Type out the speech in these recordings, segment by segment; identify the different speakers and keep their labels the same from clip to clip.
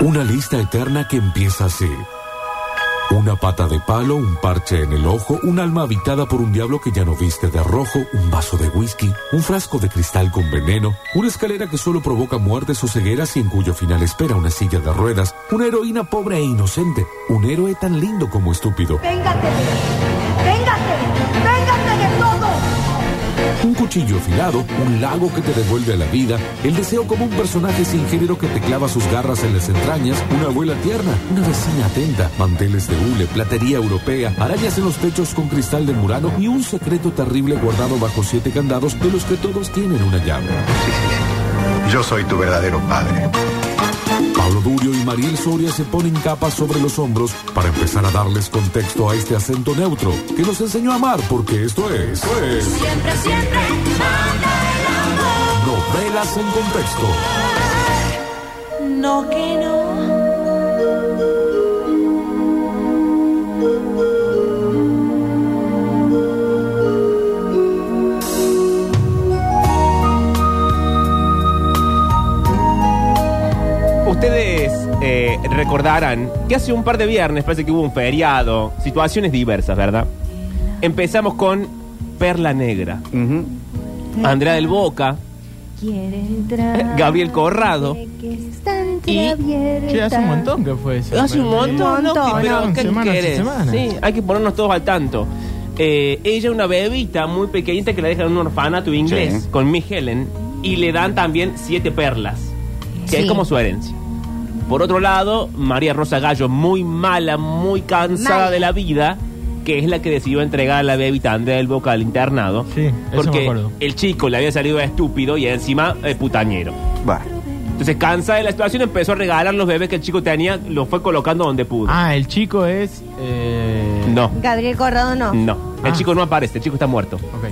Speaker 1: Una lista eterna que empieza así. Una pata de palo, un parche en el ojo, un alma habitada por un diablo que ya no viste de rojo, un vaso de whisky, un frasco de cristal con veneno, una escalera que solo provoca muertes o cegueras y en cuyo final espera una silla de ruedas, una heroína pobre e inocente, un héroe tan lindo como estúpido,
Speaker 2: Véngate, véngate, véngate de todo.
Speaker 1: un cuchillo afilado, un lago que te devuelve a la vida, el deseo como un personaje sin género que te clava sus garras en las entrañas, una abuela tierna, una vecina atenta, manteles de hule, platería europea, arañas en los techos con cristal de murano y un secreto terrible guardado bajo siete candados de los que todos tienen una llave.
Speaker 3: Sí, sí, sí. Yo soy tu verdadero padre.
Speaker 1: Pablo Durio y Mariel Soria se ponen capas sobre los hombros para empezar a darles contexto a este acento neutro que nos enseñó a amar porque esto es... pues,
Speaker 2: Siempre, siempre, manda el amor.
Speaker 1: novelas en contexto.
Speaker 2: No que no.
Speaker 4: Ustedes eh, recordarán que hace un par de viernes parece que hubo un feriado, situaciones diversas, ¿verdad? Empezamos con Perla Negra, Andrea del Boca,
Speaker 5: Quiere entrar.
Speaker 4: Eh, Gabriel Corrado.
Speaker 5: sé que está
Speaker 4: Y-
Speaker 5: entreabierta.
Speaker 6: Che, hace un montón que fue eso.
Speaker 4: Hace un montón, ¿no?
Speaker 5: montón,
Speaker 4: Pero
Speaker 6: ¿no?
Speaker 4: ¿qué
Speaker 6: Semanas y
Speaker 4: querés?
Speaker 6: semanas.
Speaker 4: Sí, hay que ponernos todos al tanto. Eh, ella es una bebita muy pequeñita que la dejan en un orfanato inglés
Speaker 3: Sí.
Speaker 4: con Miss Helen y le dan también siete perlas, que
Speaker 5: Sí.
Speaker 4: es como su herencia. Por otro lado, María Rosa Gallo, muy mala, muy cansada
Speaker 5: Mala.
Speaker 4: de la vida, que es la que decidió entregar a la bebita Andrea del Boca al internado.
Speaker 6: Sí, eso me
Speaker 4: porque
Speaker 6: acuerdo.
Speaker 4: el chico le había salido estúpido y encima eh, putañero.
Speaker 3: Va.
Speaker 4: Entonces, cansa de la situación, empezó a regalar los bebés que el chico tenía, los fue colocando donde pudo.
Speaker 6: Ah, el chico es. eh,
Speaker 4: No,
Speaker 5: Gabriel Corrado no.
Speaker 4: no. El
Speaker 6: Ah.
Speaker 4: chico no aparece, el chico está muerto.
Speaker 6: Ok.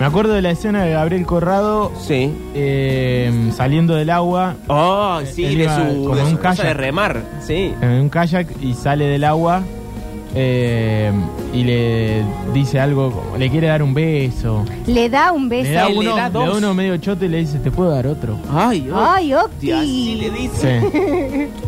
Speaker 6: Me acuerdo de la escena de Gabriel Corrado
Speaker 4: Sí.
Speaker 6: eh, saliendo del agua
Speaker 4: Oh, sí,
Speaker 6: Él
Speaker 4: de
Speaker 6: iba
Speaker 4: su,
Speaker 6: con
Speaker 4: de
Speaker 6: un
Speaker 4: su cosa
Speaker 6: kayak.
Speaker 4: de remar. Sí.
Speaker 6: en un kayak y sale del agua eh, y le dice algo, como- le quiere dar un beso.
Speaker 5: Le da un beso.
Speaker 6: Le da
Speaker 4: le
Speaker 6: uno,
Speaker 4: da
Speaker 6: le da
Speaker 4: dos.
Speaker 6: uno medio chote y le dice, ¿te puedo dar otro?
Speaker 4: Ay,
Speaker 5: Ay, Octi.
Speaker 4: hostia, así le dice.
Speaker 6: Sí.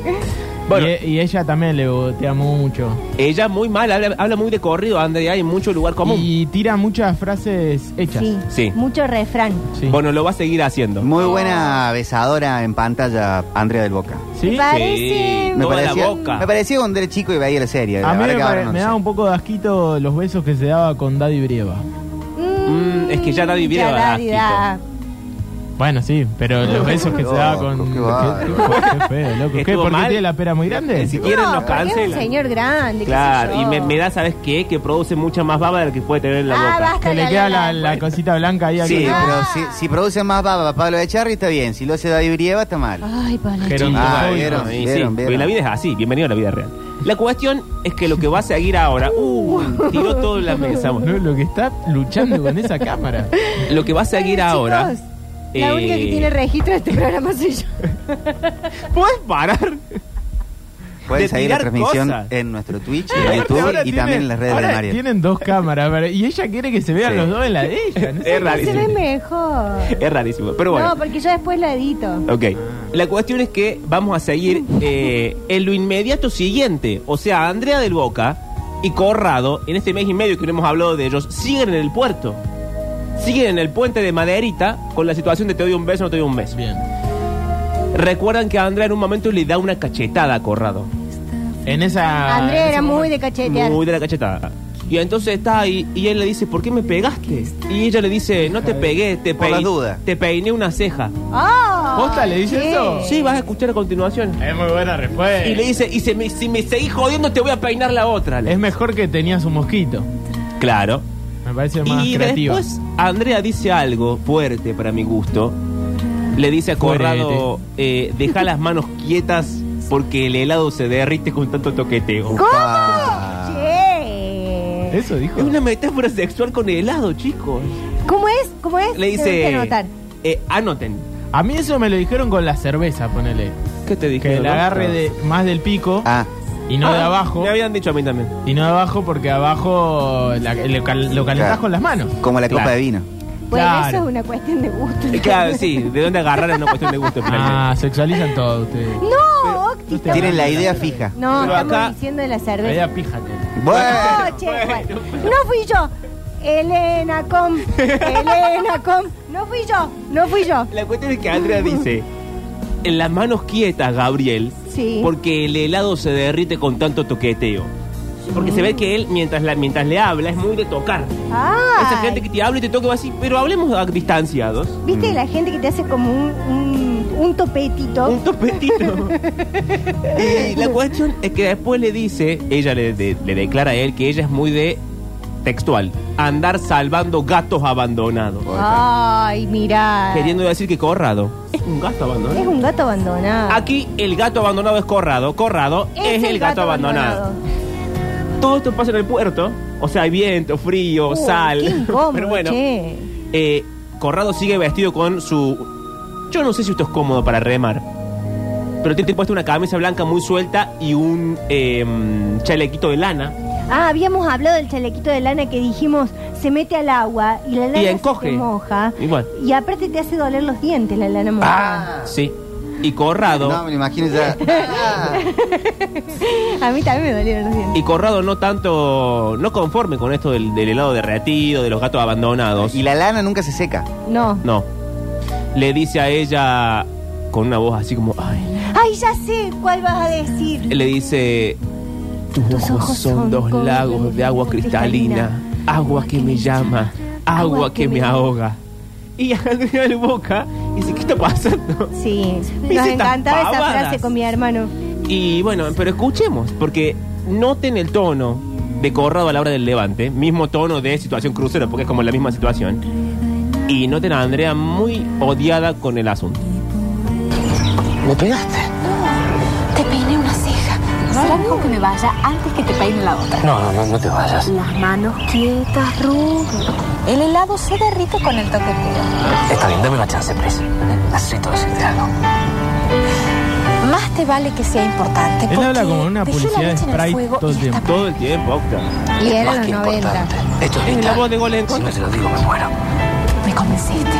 Speaker 4: Bueno,
Speaker 6: y, e- y ella también le botea mucho.
Speaker 4: ella muy mal, habla, habla muy de corrido, Andrea, en mucho lugar común.
Speaker 6: Y tira muchas frases hechas.
Speaker 5: Sí.
Speaker 4: Sí.
Speaker 5: Mucho refrán.
Speaker 6: Sí.
Speaker 4: Bueno, lo va a seguir haciendo.
Speaker 7: Muy buena besadora en pantalla, Andrea del Boca.
Speaker 6: ¿Sí?
Speaker 5: Va-
Speaker 4: Sí,
Speaker 5: Parece-
Speaker 4: toda la boca.
Speaker 7: me parecía cuando era chico y veía la serie. la
Speaker 6: A mí
Speaker 7: verdad
Speaker 6: me,
Speaker 7: que ahora
Speaker 6: pare-
Speaker 7: no
Speaker 6: me
Speaker 7: sé.
Speaker 6: daba un poco de asquito los besos que se daba con Daddy Brieva.
Speaker 4: Mm, es que ya nadie viene
Speaker 5: ya
Speaker 4: a dar
Speaker 5: nadie da.
Speaker 6: Bueno, sí, pero los besos que se daba con.
Speaker 7: Qué
Speaker 6: Qué,
Speaker 7: bárbaro.
Speaker 6: qué feo, loco. ¿Qué?
Speaker 4: Estuvo
Speaker 6: ¿Por qué
Speaker 4: mal.
Speaker 6: tiene la pera muy grande?
Speaker 4: Si quieren,
Speaker 5: No,
Speaker 4: nos
Speaker 5: porque es un
Speaker 4: cancelan.
Speaker 5: señor grande. qué sé
Speaker 4: Claro,
Speaker 5: yo.
Speaker 4: y me, me da, ¿sabes qué? Que produce mucha más baba de la que puede tener en la
Speaker 5: Ah,
Speaker 4: boca.
Speaker 5: basta.
Speaker 6: Que le
Speaker 5: la,
Speaker 6: queda
Speaker 5: la,
Speaker 6: la,
Speaker 5: la.
Speaker 6: la cosita blanca ahí al
Speaker 7: Sí,
Speaker 5: Ah.
Speaker 6: costado.
Speaker 7: pero si, si produce más baba Pablo Echarri está bien. Si lo hace David Brieva está mal.
Speaker 5: Ay, Pablo.
Speaker 6: Pero-
Speaker 4: Sí,
Speaker 7: Ah,
Speaker 4: obvio,
Speaker 7: vieron,
Speaker 4: y sí,
Speaker 7: vieron, vieron.
Speaker 4: porque la vida es así, bienvenido a la vida real. La cuestión es que lo que va a seguir ahora, uh, tiró todo la mesa.
Speaker 6: No, lo que está luchando con esa cámara.
Speaker 4: Lo que va a seguir
Speaker 5: Chicos,
Speaker 4: ahora.
Speaker 5: La
Speaker 4: eh,
Speaker 5: única que tiene registro de este programa soy yo.
Speaker 4: ¿Puedes parar?
Speaker 7: Pueden
Speaker 4: de
Speaker 7: seguir la
Speaker 4: tirar
Speaker 7: transmisión
Speaker 4: cosas.
Speaker 7: en nuestro Twitch, en YouTube
Speaker 6: Ahora
Speaker 7: y
Speaker 6: tienen-
Speaker 7: también en las redes de
Speaker 6: ahora
Speaker 7: Mario.
Speaker 6: Tienen dos cámaras, pero- y ella quiere que se vean
Speaker 7: Sí.
Speaker 6: los dos en la de ella. no sé.
Speaker 4: Es
Speaker 5: Se
Speaker 4: rarísimo.
Speaker 5: ve mejor.
Speaker 4: Es rarísimo. Pero Ah, bueno.
Speaker 5: No, porque yo después la edito.
Speaker 4: Ok. La cuestión es que vamos a seguir eh, en lo inmediato siguiente. O sea, Andrea del Boca y Corrado, en este mes y medio que no hemos hablado de ellos, siguen en el puerto. Siguen en el puente de Maderita con la situación de te doy un beso, no te doy un beso.
Speaker 6: Bien.
Speaker 4: Recuerdan que a Andrea en un momento le da una cachetada a Corrado.
Speaker 6: En
Speaker 4: Ah,
Speaker 6: esa.
Speaker 5: Andrea
Speaker 6: en
Speaker 5: era
Speaker 6: ese
Speaker 5: muy
Speaker 6: momento-
Speaker 5: de cachetear.
Speaker 4: Muy de la cachetada. Y entonces está ahí y él le dice, ¿por qué me pegaste? Y ella le dice, no te pegué, te,
Speaker 7: Por las
Speaker 4: pein-
Speaker 7: dudas.
Speaker 4: te peiné una ceja.
Speaker 5: ¡Ah!
Speaker 6: ¿Posta le dice
Speaker 5: sí.
Speaker 6: eso?
Speaker 4: Sí, vas a escuchar a continuación.
Speaker 6: Es muy buena respuesta.
Speaker 4: Y le dice, y se me- si me seguís jodiendo te voy a peinar la otra. Le-
Speaker 6: Es mejor que tenías un mosquito.
Speaker 4: Claro.
Speaker 6: Me parece más
Speaker 4: Y
Speaker 6: creativo.
Speaker 4: después Andrea dice algo fuerte para mi gusto. Le dice a Corrado, eh, deja las manos quietas porque el helado se derrite con tanto toqueteo.
Speaker 5: ¿Cómo? Che.
Speaker 6: Eso dijo.
Speaker 4: Es una metáfora sexual con el helado, chicos.
Speaker 5: ¿Cómo es? ¿Cómo es?
Speaker 4: Le
Speaker 5: Tengo que
Speaker 4: dice,
Speaker 5: anotar.
Speaker 4: eh, anoten.
Speaker 6: A mí eso me lo dijeron con la cerveza, ponele.
Speaker 4: ¿Qué te dije?
Speaker 6: Que el agarre de, más del pico
Speaker 7: Ah,
Speaker 6: y no de abajo.
Speaker 4: Me habían dicho a mí también.
Speaker 6: Y no de abajo porque abajo la- lo, cal- lo calentás
Speaker 7: Claro.
Speaker 6: con las manos.
Speaker 7: como la copa
Speaker 4: Claro.
Speaker 7: de vino.
Speaker 5: Bueno,
Speaker 6: Claro.
Speaker 5: eso es una cuestión de gusto.
Speaker 4: Eh, Claro, sí, de dónde agarrar es una cuestión de gusto. finalmente.
Speaker 6: Ah, sexualizan Ah, todo ustedes.
Speaker 5: No, Octi. artista.
Speaker 7: Tienen la idea fija.
Speaker 5: No,
Speaker 4: Pero
Speaker 5: estamos
Speaker 4: acá-
Speaker 5: diciendo de la
Speaker 6: La
Speaker 5: cerveza.
Speaker 6: idea píjate.
Speaker 7: Bueno,
Speaker 5: No, che, bueno. No fui yo. Elena Com. Elena Com. No fui yo. No fui yo.
Speaker 4: La cuestión es que Andrea dice: En las manos quietas, Gabriel,
Speaker 5: Sí.
Speaker 4: porque el helado se derrite con tanto toqueteo. Porque se ve que él, mientras, la, mientras le habla, es muy de tocar.
Speaker 5: Ay.
Speaker 4: Esa gente que te habla y te toca va así, pero hablemos a- distanciados.
Speaker 5: ¿Viste la gente que te hace como un, un, un topetito?
Speaker 4: Un topetito. y la cuestión es que después le dice, ella le, de- le declara a él que ella es muy de textual, andar salvando gatos abandonados.
Speaker 5: Ay, mirá.
Speaker 4: Queriendo decir que Corrado es un gato abandonado.
Speaker 5: Es un gato abandonado.
Speaker 4: Aquí el gato abandonado es Corrado, Corrado Ah. es, el gato, abandonado. Todo esto pasa en el puerto, o sea, hay viento, frío,
Speaker 5: Uh,
Speaker 4: sal.
Speaker 5: qué incómodo,
Speaker 4: Pero bueno,
Speaker 5: che.
Speaker 4: eh, Corrado sigue vestido con su... Yo no sé si esto es cómodo para remar, pero tiene puesto una camisa blanca muy suelta y un eh, chalequito de lana.
Speaker 5: Ah, habíamos hablado del chalequito de lana que dijimos se mete al agua y la lana
Speaker 4: Y
Speaker 5: se
Speaker 4: encoge.
Speaker 5: te moja.
Speaker 4: Igual.
Speaker 5: Y aparte te hace doler los dientes la lana mojada.
Speaker 4: Sí. Y Corrado...
Speaker 7: no, me lo imagino ya.
Speaker 4: Ah.
Speaker 5: A mí también me dolieron los dientes.
Speaker 4: Y Corrado no tanto, no conforme con esto del, del helado derretido, de los gatos abandonados.
Speaker 7: Y la lana nunca se seca.
Speaker 5: No.
Speaker 4: No. Le dice a ella con una voz así como, ay.
Speaker 5: Ay, ya sé cuál vas a decir.
Speaker 4: Le dice, tus ojos,
Speaker 5: ojos
Speaker 4: son
Speaker 5: son
Speaker 4: dos
Speaker 5: como
Speaker 4: lagos de agua cristalina, agua que me llama, agua que me ahoga. Y Andrea le boca y dice, ¿qué está pasando?
Speaker 5: Sí,
Speaker 4: Dice
Speaker 5: nos
Speaker 4: estas
Speaker 5: encantaba esa
Speaker 4: pavadas.
Speaker 5: frase con mi hermano.
Speaker 4: Y bueno, pero escuchemos, porque noten el tono de Corrado a la hora del levante, mismo tono de situación crucero, porque es como la misma situación. Y noten a Andrea muy odiada con el asunto.
Speaker 8: ¿Me pegaste?
Speaker 9: Te peiné una ceja. Será mejor que me vaya antes que te peine la otra.
Speaker 8: No, no, no, no te vayas.
Speaker 9: Las manos quietas, Rubio. El helado se derrite con el toqueteo.
Speaker 8: Está bien, dame una chance, Pris. Necesito decirte algo.
Speaker 9: Más te vale que sea importante.
Speaker 6: Él
Speaker 9: porque
Speaker 6: habla como una
Speaker 9: dejé la
Speaker 6: publicidad de
Speaker 9: leche en el
Speaker 6: Sprite
Speaker 9: fuego
Speaker 6: todo el
Speaker 9: y está
Speaker 6: tiempo.
Speaker 4: Todo el tiempo, Octa.
Speaker 5: Y era
Speaker 8: Más
Speaker 5: los
Speaker 8: que
Speaker 5: 90.
Speaker 8: importante. Esto es
Speaker 4: Es
Speaker 8: vital.
Speaker 4: la voz de Gol en
Speaker 8: Si
Speaker 4: contra.
Speaker 8: no te lo digo, me muero.
Speaker 9: Me convenciste.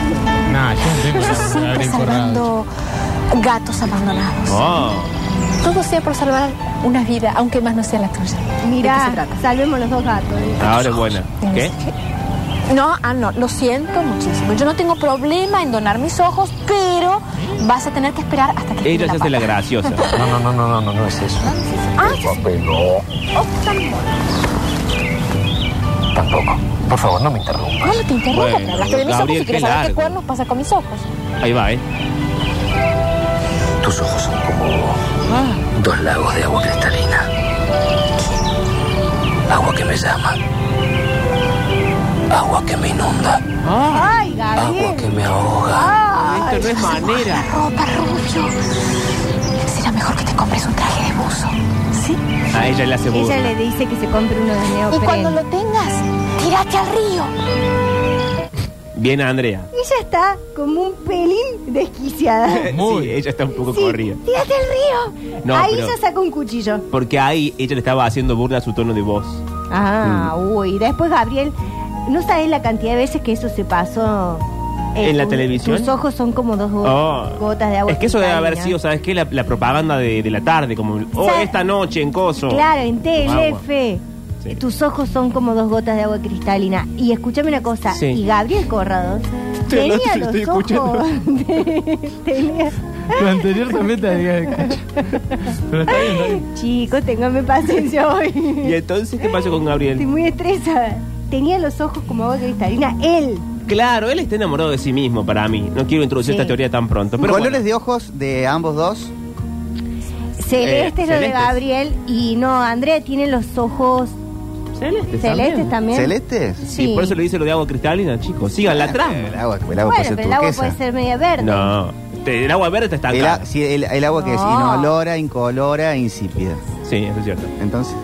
Speaker 6: Nah, yo no tengo
Speaker 9: Yo
Speaker 6: nada para
Speaker 9: siempre
Speaker 6: abrir corrado.
Speaker 9: salvando gatos abandonados.
Speaker 4: Oh.
Speaker 9: Todo sea por salvar una vida, aunque más no sea la tuya. ¿De qué se
Speaker 5: Mirá,
Speaker 9: trata?
Speaker 5: salvemos los dos gatos.
Speaker 4: Ahora es buena. ¿Qué?
Speaker 9: No, ah, no, lo siento muchísimo. Yo no tengo problema en donar mis ojos, pero vas a tener que esperar hasta que
Speaker 4: Ella se hace la
Speaker 9: papa.
Speaker 4: graciosa.
Speaker 8: No, no, no, no, no, no, no es eso.
Speaker 9: Ah, sí, sí.
Speaker 8: Papi, no.
Speaker 9: Oh, tan bueno.
Speaker 8: Tampoco. Por favor, no me interrumpas.
Speaker 9: No, no te interrumpo,
Speaker 4: Bueno,
Speaker 9: pero hablaste de mis
Speaker 4: Gabriel,
Speaker 9: ojos y quieres
Speaker 4: qué
Speaker 9: saber
Speaker 4: largo.
Speaker 9: qué cuernos pasa con mis ojos.
Speaker 4: Ahí va, ¿eh?
Speaker 8: Tus ojos son como dos lagos de agua cristalina. Agua que me llama. Agua que me inunda.
Speaker 5: Ay,
Speaker 8: Agua que
Speaker 5: Gabriel. Ah.
Speaker 8: me ahoga.
Speaker 4: Esto no es manera.
Speaker 9: Ropa, Rubio. Será mejor que te compres un traje de buzo. ¿Sí?
Speaker 4: A ella le hace
Speaker 5: Ella
Speaker 4: burla.
Speaker 5: le dice que se compre uno de
Speaker 9: Y cuando lo
Speaker 5: neopreno.
Speaker 9: tengas, tírate al río.
Speaker 4: Viene Andrea.
Speaker 5: Ella está como un pelín desquiciada.
Speaker 6: Muy.
Speaker 4: Sí, ella está un poco
Speaker 5: Sí,
Speaker 4: corrida.
Speaker 5: tírate al río.
Speaker 4: No,
Speaker 5: Ahí
Speaker 4: pero-
Speaker 5: ella saca un cuchillo.
Speaker 4: Porque ahí ella le estaba haciendo burla a su tono de voz.
Speaker 5: Ah,
Speaker 4: Mm.
Speaker 5: uy. Después, Gabriel, ¿no sabes la cantidad de veces que eso se pasó?
Speaker 4: ¿En la
Speaker 5: tu-
Speaker 4: televisión?
Speaker 5: Tus ojos son como dos go-
Speaker 4: Oh.
Speaker 5: gotas de agua.
Speaker 4: Es que eso debe haber
Speaker 5: cristalina.
Speaker 4: sido, ¿sabes qué? La, la propaganda de, de la tarde, como, oh,
Speaker 5: Sa-
Speaker 4: esta noche en Coso.
Speaker 5: Claro, en TLF.
Speaker 4: Sí.
Speaker 5: Tus ojos son como dos gotas de agua cristalina. Y escúchame una cosa.
Speaker 4: Sí.
Speaker 5: Y Gabriel Corrado
Speaker 4: Te lo-
Speaker 5: tenía
Speaker 4: te
Speaker 5: los
Speaker 4: estoy escuchando.
Speaker 5: ojos. tenía...
Speaker 6: Lo anterior también te Pero está bien, está bien.
Speaker 5: Chicos, ténganme paciencia
Speaker 4: ¿Y
Speaker 5: hoy.
Speaker 4: entonces qué pasó con
Speaker 5: Estoy
Speaker 4: Gabriel?
Speaker 5: muy estresada. Tenía los ojos como agua cristalina. Él.
Speaker 4: Claro, él está enamorado de sí mismo para mí. No quiero introducir
Speaker 5: Sí.
Speaker 4: esta teoría tan pronto. Pero
Speaker 7: Colores
Speaker 4: bueno.
Speaker 7: de ojos de ambos dos.
Speaker 5: Celeste
Speaker 7: Eh,
Speaker 5: es lo de
Speaker 4: celestes.
Speaker 5: Gabriel. Y no, Andrea tiene los ojos
Speaker 4: Celeste.
Speaker 5: celestes también.
Speaker 7: ¿Celestes?
Speaker 4: Sí, por eso le dice lo de agua cristalina, chicos. Sigan la
Speaker 7: El
Speaker 4: trama.
Speaker 7: agua, el agua
Speaker 5: Bueno,
Speaker 7: puede ser
Speaker 5: pero el agua
Speaker 7: turquesa.
Speaker 5: puede ser media verde.
Speaker 4: No. Te- El agua verde está
Speaker 7: El, a-
Speaker 4: estancada.
Speaker 7: sí, el- el agua que es
Speaker 5: No.
Speaker 7: inolora, incolora, e insípida.
Speaker 4: Sí, eso es cierto.
Speaker 7: Entonces,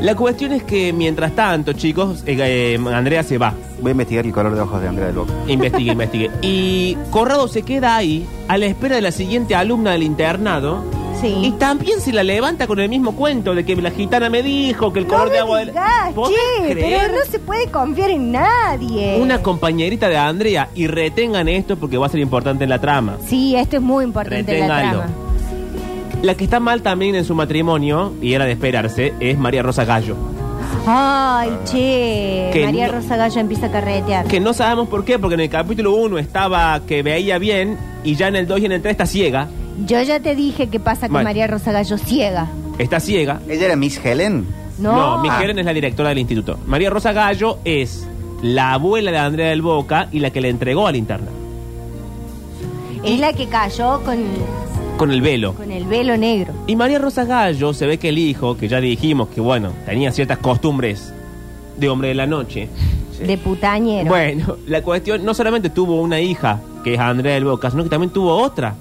Speaker 4: La cuestión es que mientras tanto, chicos, eh, eh, Andrea se va.
Speaker 7: voy a investigar el color de ojos de Andrea del Boca.
Speaker 4: Investigue, investigue. Y Corrado se queda ahí a la espera de la siguiente alumna del internado. Y
Speaker 5: Sí.
Speaker 4: también se la levanta con el mismo cuento de que la gitana me dijo que el color
Speaker 5: no
Speaker 4: de
Speaker 5: me
Speaker 4: agua
Speaker 5: digas,
Speaker 4: ¿Podés
Speaker 5: che,
Speaker 4: creer?
Speaker 5: pero no se puede confiar en nadie.
Speaker 4: Una compañerita de Andrea y retengan esto porque va a ser importante en la trama.
Speaker 5: Sí, esto es muy importante en la
Speaker 4: Reténganlo.
Speaker 5: trama.
Speaker 4: La que está mal también en su matrimonio, y era de esperarse, es María Rosa Gallo.
Speaker 5: Ay, che.
Speaker 4: Que
Speaker 5: María
Speaker 4: no-
Speaker 5: Rosa Gallo empieza a carretear.
Speaker 4: Que no sabemos por qué, porque en el capítulo 1 estaba que veía bien y ya en el 2 y en el 3 está ciega.
Speaker 5: Yo ya te dije qué pasa con
Speaker 4: Bueno.
Speaker 5: María Rosa Gallo ciega.
Speaker 4: Está ciega.
Speaker 7: ¿Ella era Miss Helen?
Speaker 5: No.
Speaker 4: No, Miss Helen es la directora del instituto. María Rosa Gallo es la abuela de Andrea del Boca y la que le entregó a linterna.
Speaker 5: Es la que cayó con,
Speaker 4: Con el velo.
Speaker 5: con el velo negro.
Speaker 4: Y María Rosa Gallo se ve que el hijo, que ya dijimos que bueno, tenía ciertas costumbres de hombre de la noche.
Speaker 5: De putañero.
Speaker 4: Bueno, la cuestión no solamente tuvo una hija, que es Andrea del Boca, sino que también tuvo otra,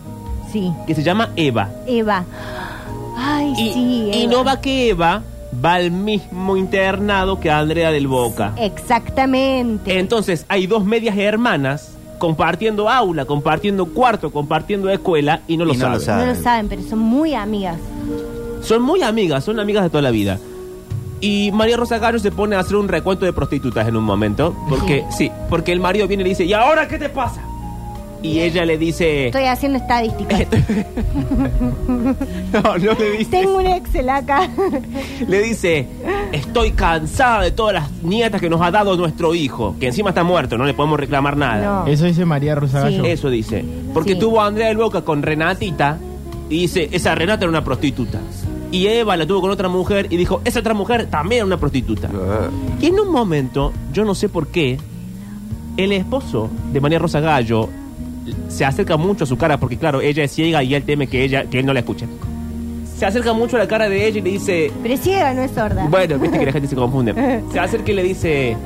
Speaker 5: Sí.
Speaker 4: que se llama Eva.
Speaker 5: Eva. Ay,
Speaker 4: Y,
Speaker 5: sí.
Speaker 4: y
Speaker 5: Eva.
Speaker 4: no va que Eva va al mismo internado que Andrea del Boca.
Speaker 5: Exactamente.
Speaker 4: Entonces hay dos medias hermanas compartiendo aula, compartiendo cuarto, compartiendo escuela y no lo
Speaker 7: Y no lo
Speaker 4: saben.
Speaker 7: saben.
Speaker 5: no lo saben, pero son muy amigas.
Speaker 4: Son muy amigas, son amigas de toda la vida. Y María Rosa Gallo se pone a hacer un recuento de prostitutas en un momento. Porque, sí, porque el marido viene y le dice, ¿y ahora qué te pasa? Y ella le dice...
Speaker 5: Estoy haciendo estadísticas.
Speaker 4: No, no le dice...
Speaker 5: Tengo un Excel acá.
Speaker 4: Le dice, estoy cansada de todas las nietas que nos ha dado nuestro hijo. Que encima está muerto, no le podemos reclamar nada.
Speaker 5: No.
Speaker 6: Eso dice María Rosa
Speaker 5: Sí.
Speaker 6: Gallo.
Speaker 4: Eso dice. Porque
Speaker 5: Sí.
Speaker 4: tuvo a Andrea del Boca con Renatita y dice, esa Renata era una prostituta. Y Eva la tuvo con otra mujer y dijo, esa otra mujer también era una prostituta. Y en un momento, yo no sé por qué, el esposo de María Rosa Gallo se acerca mucho a su cara, porque claro, ella es ciega y él teme que ella, que él no la escuche. Se acerca mucho a la cara de ella y le dice,
Speaker 5: Pero es ciega, no es sorda.
Speaker 4: bueno, viste que la gente se confunde. Se acerca y le dice,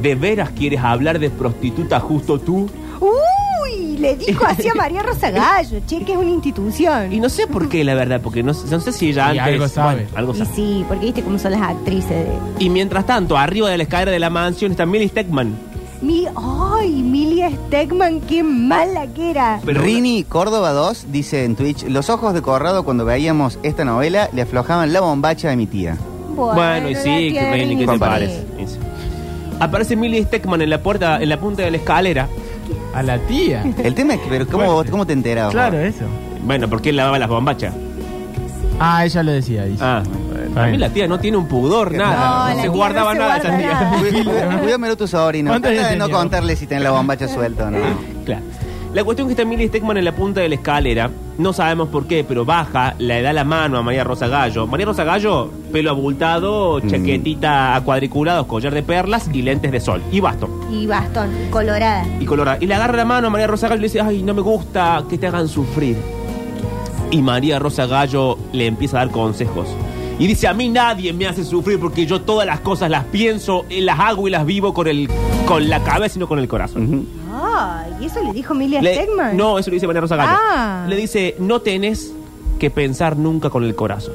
Speaker 4: ¿de veras quieres hablar de prostituta justo tú?
Speaker 5: Uy, le dijo así a María Rosa Gallo, che, que es una institución.
Speaker 4: Y no sé por qué, la verdad, porque no, sé- no sé si ella
Speaker 6: Y
Speaker 4: antes...
Speaker 6: algo sabe.
Speaker 4: algo
Speaker 5: Y
Speaker 4: sabe.
Speaker 5: sí, porque viste cómo son las actrices de...
Speaker 4: Y mientras tanto, arriba de la escalera de la mansión está Millie Stegman.
Speaker 5: Mi, ¡Ay, Milia Stegman, qué mala que era!
Speaker 4: Pero-
Speaker 7: Rini Córdoba 2 dice en Twitch, los ojos de Corrado cuando veíamos esta novela le aflojaban la bombacha de mi tía.
Speaker 4: Bueno, y sí,
Speaker 5: la
Speaker 4: que, Rini, ¿qué
Speaker 5: tiene.
Speaker 4: te
Speaker 7: Comparé.
Speaker 4: parece? Aparece Millie Steckman en la puerta, en la punta de la escalera.
Speaker 6: A la tía.
Speaker 7: El tema es que, pero ¿cómo, vos- cómo te enterabas?
Speaker 6: Claro, eso.
Speaker 4: Bueno, porque él lavaba las bombachas.
Speaker 6: Ah, ella lo decía, dice.
Speaker 4: Ah, a mí la tía no tiene un pudor,
Speaker 5: No,
Speaker 4: nada.
Speaker 5: la
Speaker 4: No,
Speaker 5: tía
Speaker 4: se guardaba
Speaker 5: no se
Speaker 4: nada
Speaker 5: guarda
Speaker 4: esa tía.
Speaker 5: nada.
Speaker 7: Cuídamelo tu sobrino.
Speaker 6: ¿Cuántos
Speaker 7: Trata de
Speaker 6: años
Speaker 7: no
Speaker 6: tenía?
Speaker 7: contarle si tenés la bombacha suelta o no.
Speaker 4: Claro. La cuestión es que está Millie Steckman en la punta de la escalera. No sabemos por qué, pero baja, le da la mano a María Rosa Gallo. María Rosa Gallo, pelo abultado, chaquetita a cuadriculados, collar de perlas y lentes de sol. Y bastón.
Speaker 5: Y bastón, colorada.
Speaker 4: y colorada. Y le agarra la mano a María Rosa Gallo y le dice, ay, no me gusta que te hagan sufrir. Y María Rosa Gallo le empieza a dar consejos. Y dice, a mí nadie me hace sufrir porque yo todas las cosas las pienso, eh, las hago y las vivo con, el, con la cabeza y no con el corazón.
Speaker 7: Ujú.
Speaker 5: ¡Ay, ¿y eso le dijo Milia
Speaker 4: Le-
Speaker 5: Stegman?
Speaker 4: no, eso le dice María Rosa Gallo.
Speaker 5: Ah.
Speaker 4: Le dice, no tenés que pensar nunca con el corazón.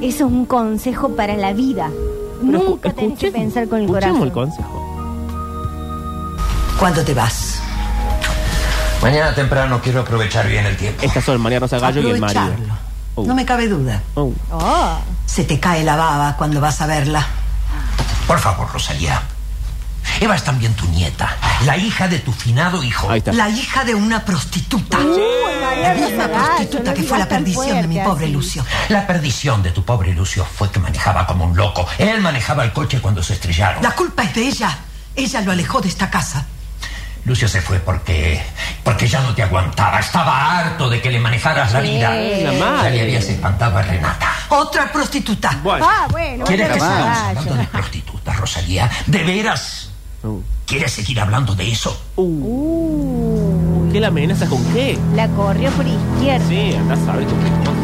Speaker 5: Eso es un consejo para la vida. Nunca
Speaker 4: escu-
Speaker 5: tenés que
Speaker 4: escuchemos-
Speaker 5: pensar con el
Speaker 4: escuchemos
Speaker 5: corazón.
Speaker 4: el consejo.
Speaker 10: ¿Cuándo te vas?
Speaker 8: Mañana temprano quiero aprovechar bien el tiempo.
Speaker 4: Estas son María Rosa Gallo y el marido.
Speaker 10: Aprovecharlo.
Speaker 4: Oh.
Speaker 10: No me cabe duda.
Speaker 4: Oh.
Speaker 5: Oh,
Speaker 10: Se te cae la baba cuando vas a verla.
Speaker 8: Por favor, Rosalía. Eva es también tu nieta, la hija de tu finado hijo.
Speaker 4: Ahí está.
Speaker 10: La hija de una prostituta.
Speaker 5: María
Speaker 10: La misma
Speaker 5: Rosa Gallo,
Speaker 10: prostituta
Speaker 5: no
Speaker 10: que fue la
Speaker 5: digas tan
Speaker 10: perdición de mi
Speaker 5: fuerte
Speaker 10: pobre
Speaker 5: así.
Speaker 10: Lucio.
Speaker 8: La perdición de tu pobre Lucio fue que manejaba como un loco. Él manejaba el coche cuando se estrellaron.
Speaker 10: La culpa es de ella. Ella lo alejó de esta casa.
Speaker 8: Lucio se fue porque porque ya no te aguantaba. Estaba harto de que le manejaras la vida.
Speaker 4: la madre.
Speaker 8: Ya le habías espantado a Renata.
Speaker 10: Otra prostituta.
Speaker 4: Bueno.
Speaker 5: ah, bueno.
Speaker 8: ¿Quieres
Speaker 5: María
Speaker 8: que
Speaker 5: Rosa
Speaker 8: sigamos
Speaker 5: Gallo.
Speaker 8: hablando de prostitutas, Rosalía? ¿De veras?
Speaker 4: Oh.
Speaker 8: ¿Quieres seguir hablando de eso?
Speaker 4: Uh,
Speaker 5: Uh,
Speaker 4: ¿Qué la amenaza con qué?
Speaker 5: la corrió por izquierda.
Speaker 4: Sí, andás a saber con qué cosa.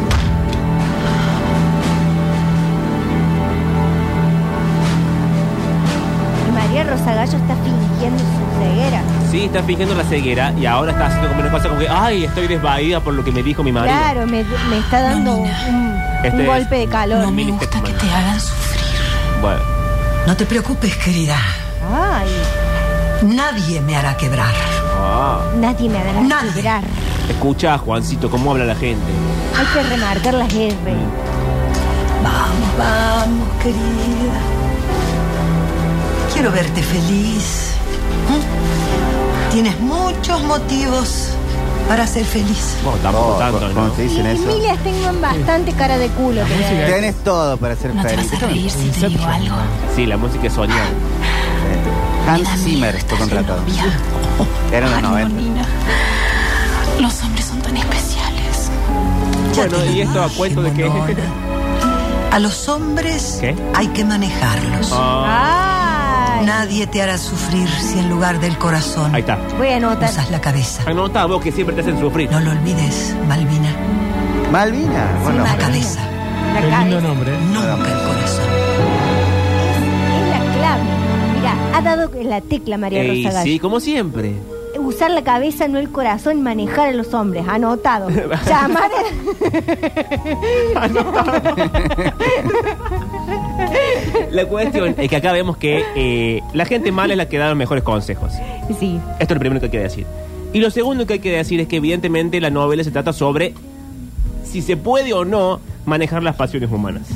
Speaker 5: Y María Rosa Gallo está fingiendo su ceguera.
Speaker 4: Sí, está fingiendo la ceguera y ahora está haciendo como una cosa como que, ay, estoy desvaída por lo que me dijo mi marido.
Speaker 5: Claro, me, me está dando un, un
Speaker 4: Este es-
Speaker 5: golpe de calor.
Speaker 10: No me
Speaker 4: Mini
Speaker 10: gusta que
Speaker 4: Steckman.
Speaker 10: te hagan sufrir.
Speaker 4: Bueno,
Speaker 10: No te preocupes, querida.
Speaker 5: Ay,
Speaker 10: Nadie me hará quebrar.
Speaker 4: ah,
Speaker 5: nadie me hará
Speaker 10: Nadie.
Speaker 5: vibrar.
Speaker 4: escucha, Juancito, cómo habla la gente.
Speaker 5: Hay que remarcar las R.
Speaker 10: Vamos, vamos, querida. Quiero verte feliz. ¿Mm? Tienes muchos motivos para ser feliz.
Speaker 4: Bueno, tampoco
Speaker 7: Oh,
Speaker 4: tanto,
Speaker 7: ¿cómo
Speaker 4: ¿no?
Speaker 7: se dicen eso?
Speaker 5: Emilias tengo en bastante cara de culo. pero-
Speaker 7: Tienes todo para ser
Speaker 9: No te
Speaker 7: feliz.
Speaker 9: vas a reír si te digo
Speaker 6: Inception.
Speaker 9: algo.
Speaker 4: Sí, la música es soñada.
Speaker 7: Hans Zimmer fue contratado. Era en los 90.
Speaker 9: Nina. Los hombres son tan especiales.
Speaker 4: Bueno, y esto a cuento de que.
Speaker 10: A los hombres
Speaker 4: ¿Qué?
Speaker 10: hay que manejarlos.
Speaker 4: Ah,
Speaker 5: Ay,
Speaker 10: Nadie te hará sufrir si en lugar del corazón
Speaker 4: ahí está.
Speaker 5: voy a anotar.
Speaker 10: usas la cabeza.
Speaker 4: Anota vos que siempre te hacen sufrir.
Speaker 10: No lo olvides, Malvina.
Speaker 7: Malvina. Bueno,
Speaker 10: La
Speaker 5: Malvina.
Speaker 10: cabeza,
Speaker 5: La
Speaker 6: Qué lindo
Speaker 5: cabeza.
Speaker 6: nombre. ¿eh?
Speaker 10: nunca el corazón.
Speaker 5: Es, es la clave. Mira, ha dado en la tecla María
Speaker 4: Ey,
Speaker 5: Rosa Gallo.
Speaker 4: sí, como siempre.
Speaker 5: Usar la cabeza, no el corazón, manejar a los hombres. Anotado. Llamar.
Speaker 4: La cuestión es que acá vemos que eh, la gente mala es la que da los mejores consejos.
Speaker 5: Sí.
Speaker 4: Esto es lo primero que hay que decir. Y lo segundo que hay que decir es que evidentemente la novela se trata sobre si se puede o no manejar las pasiones humanas.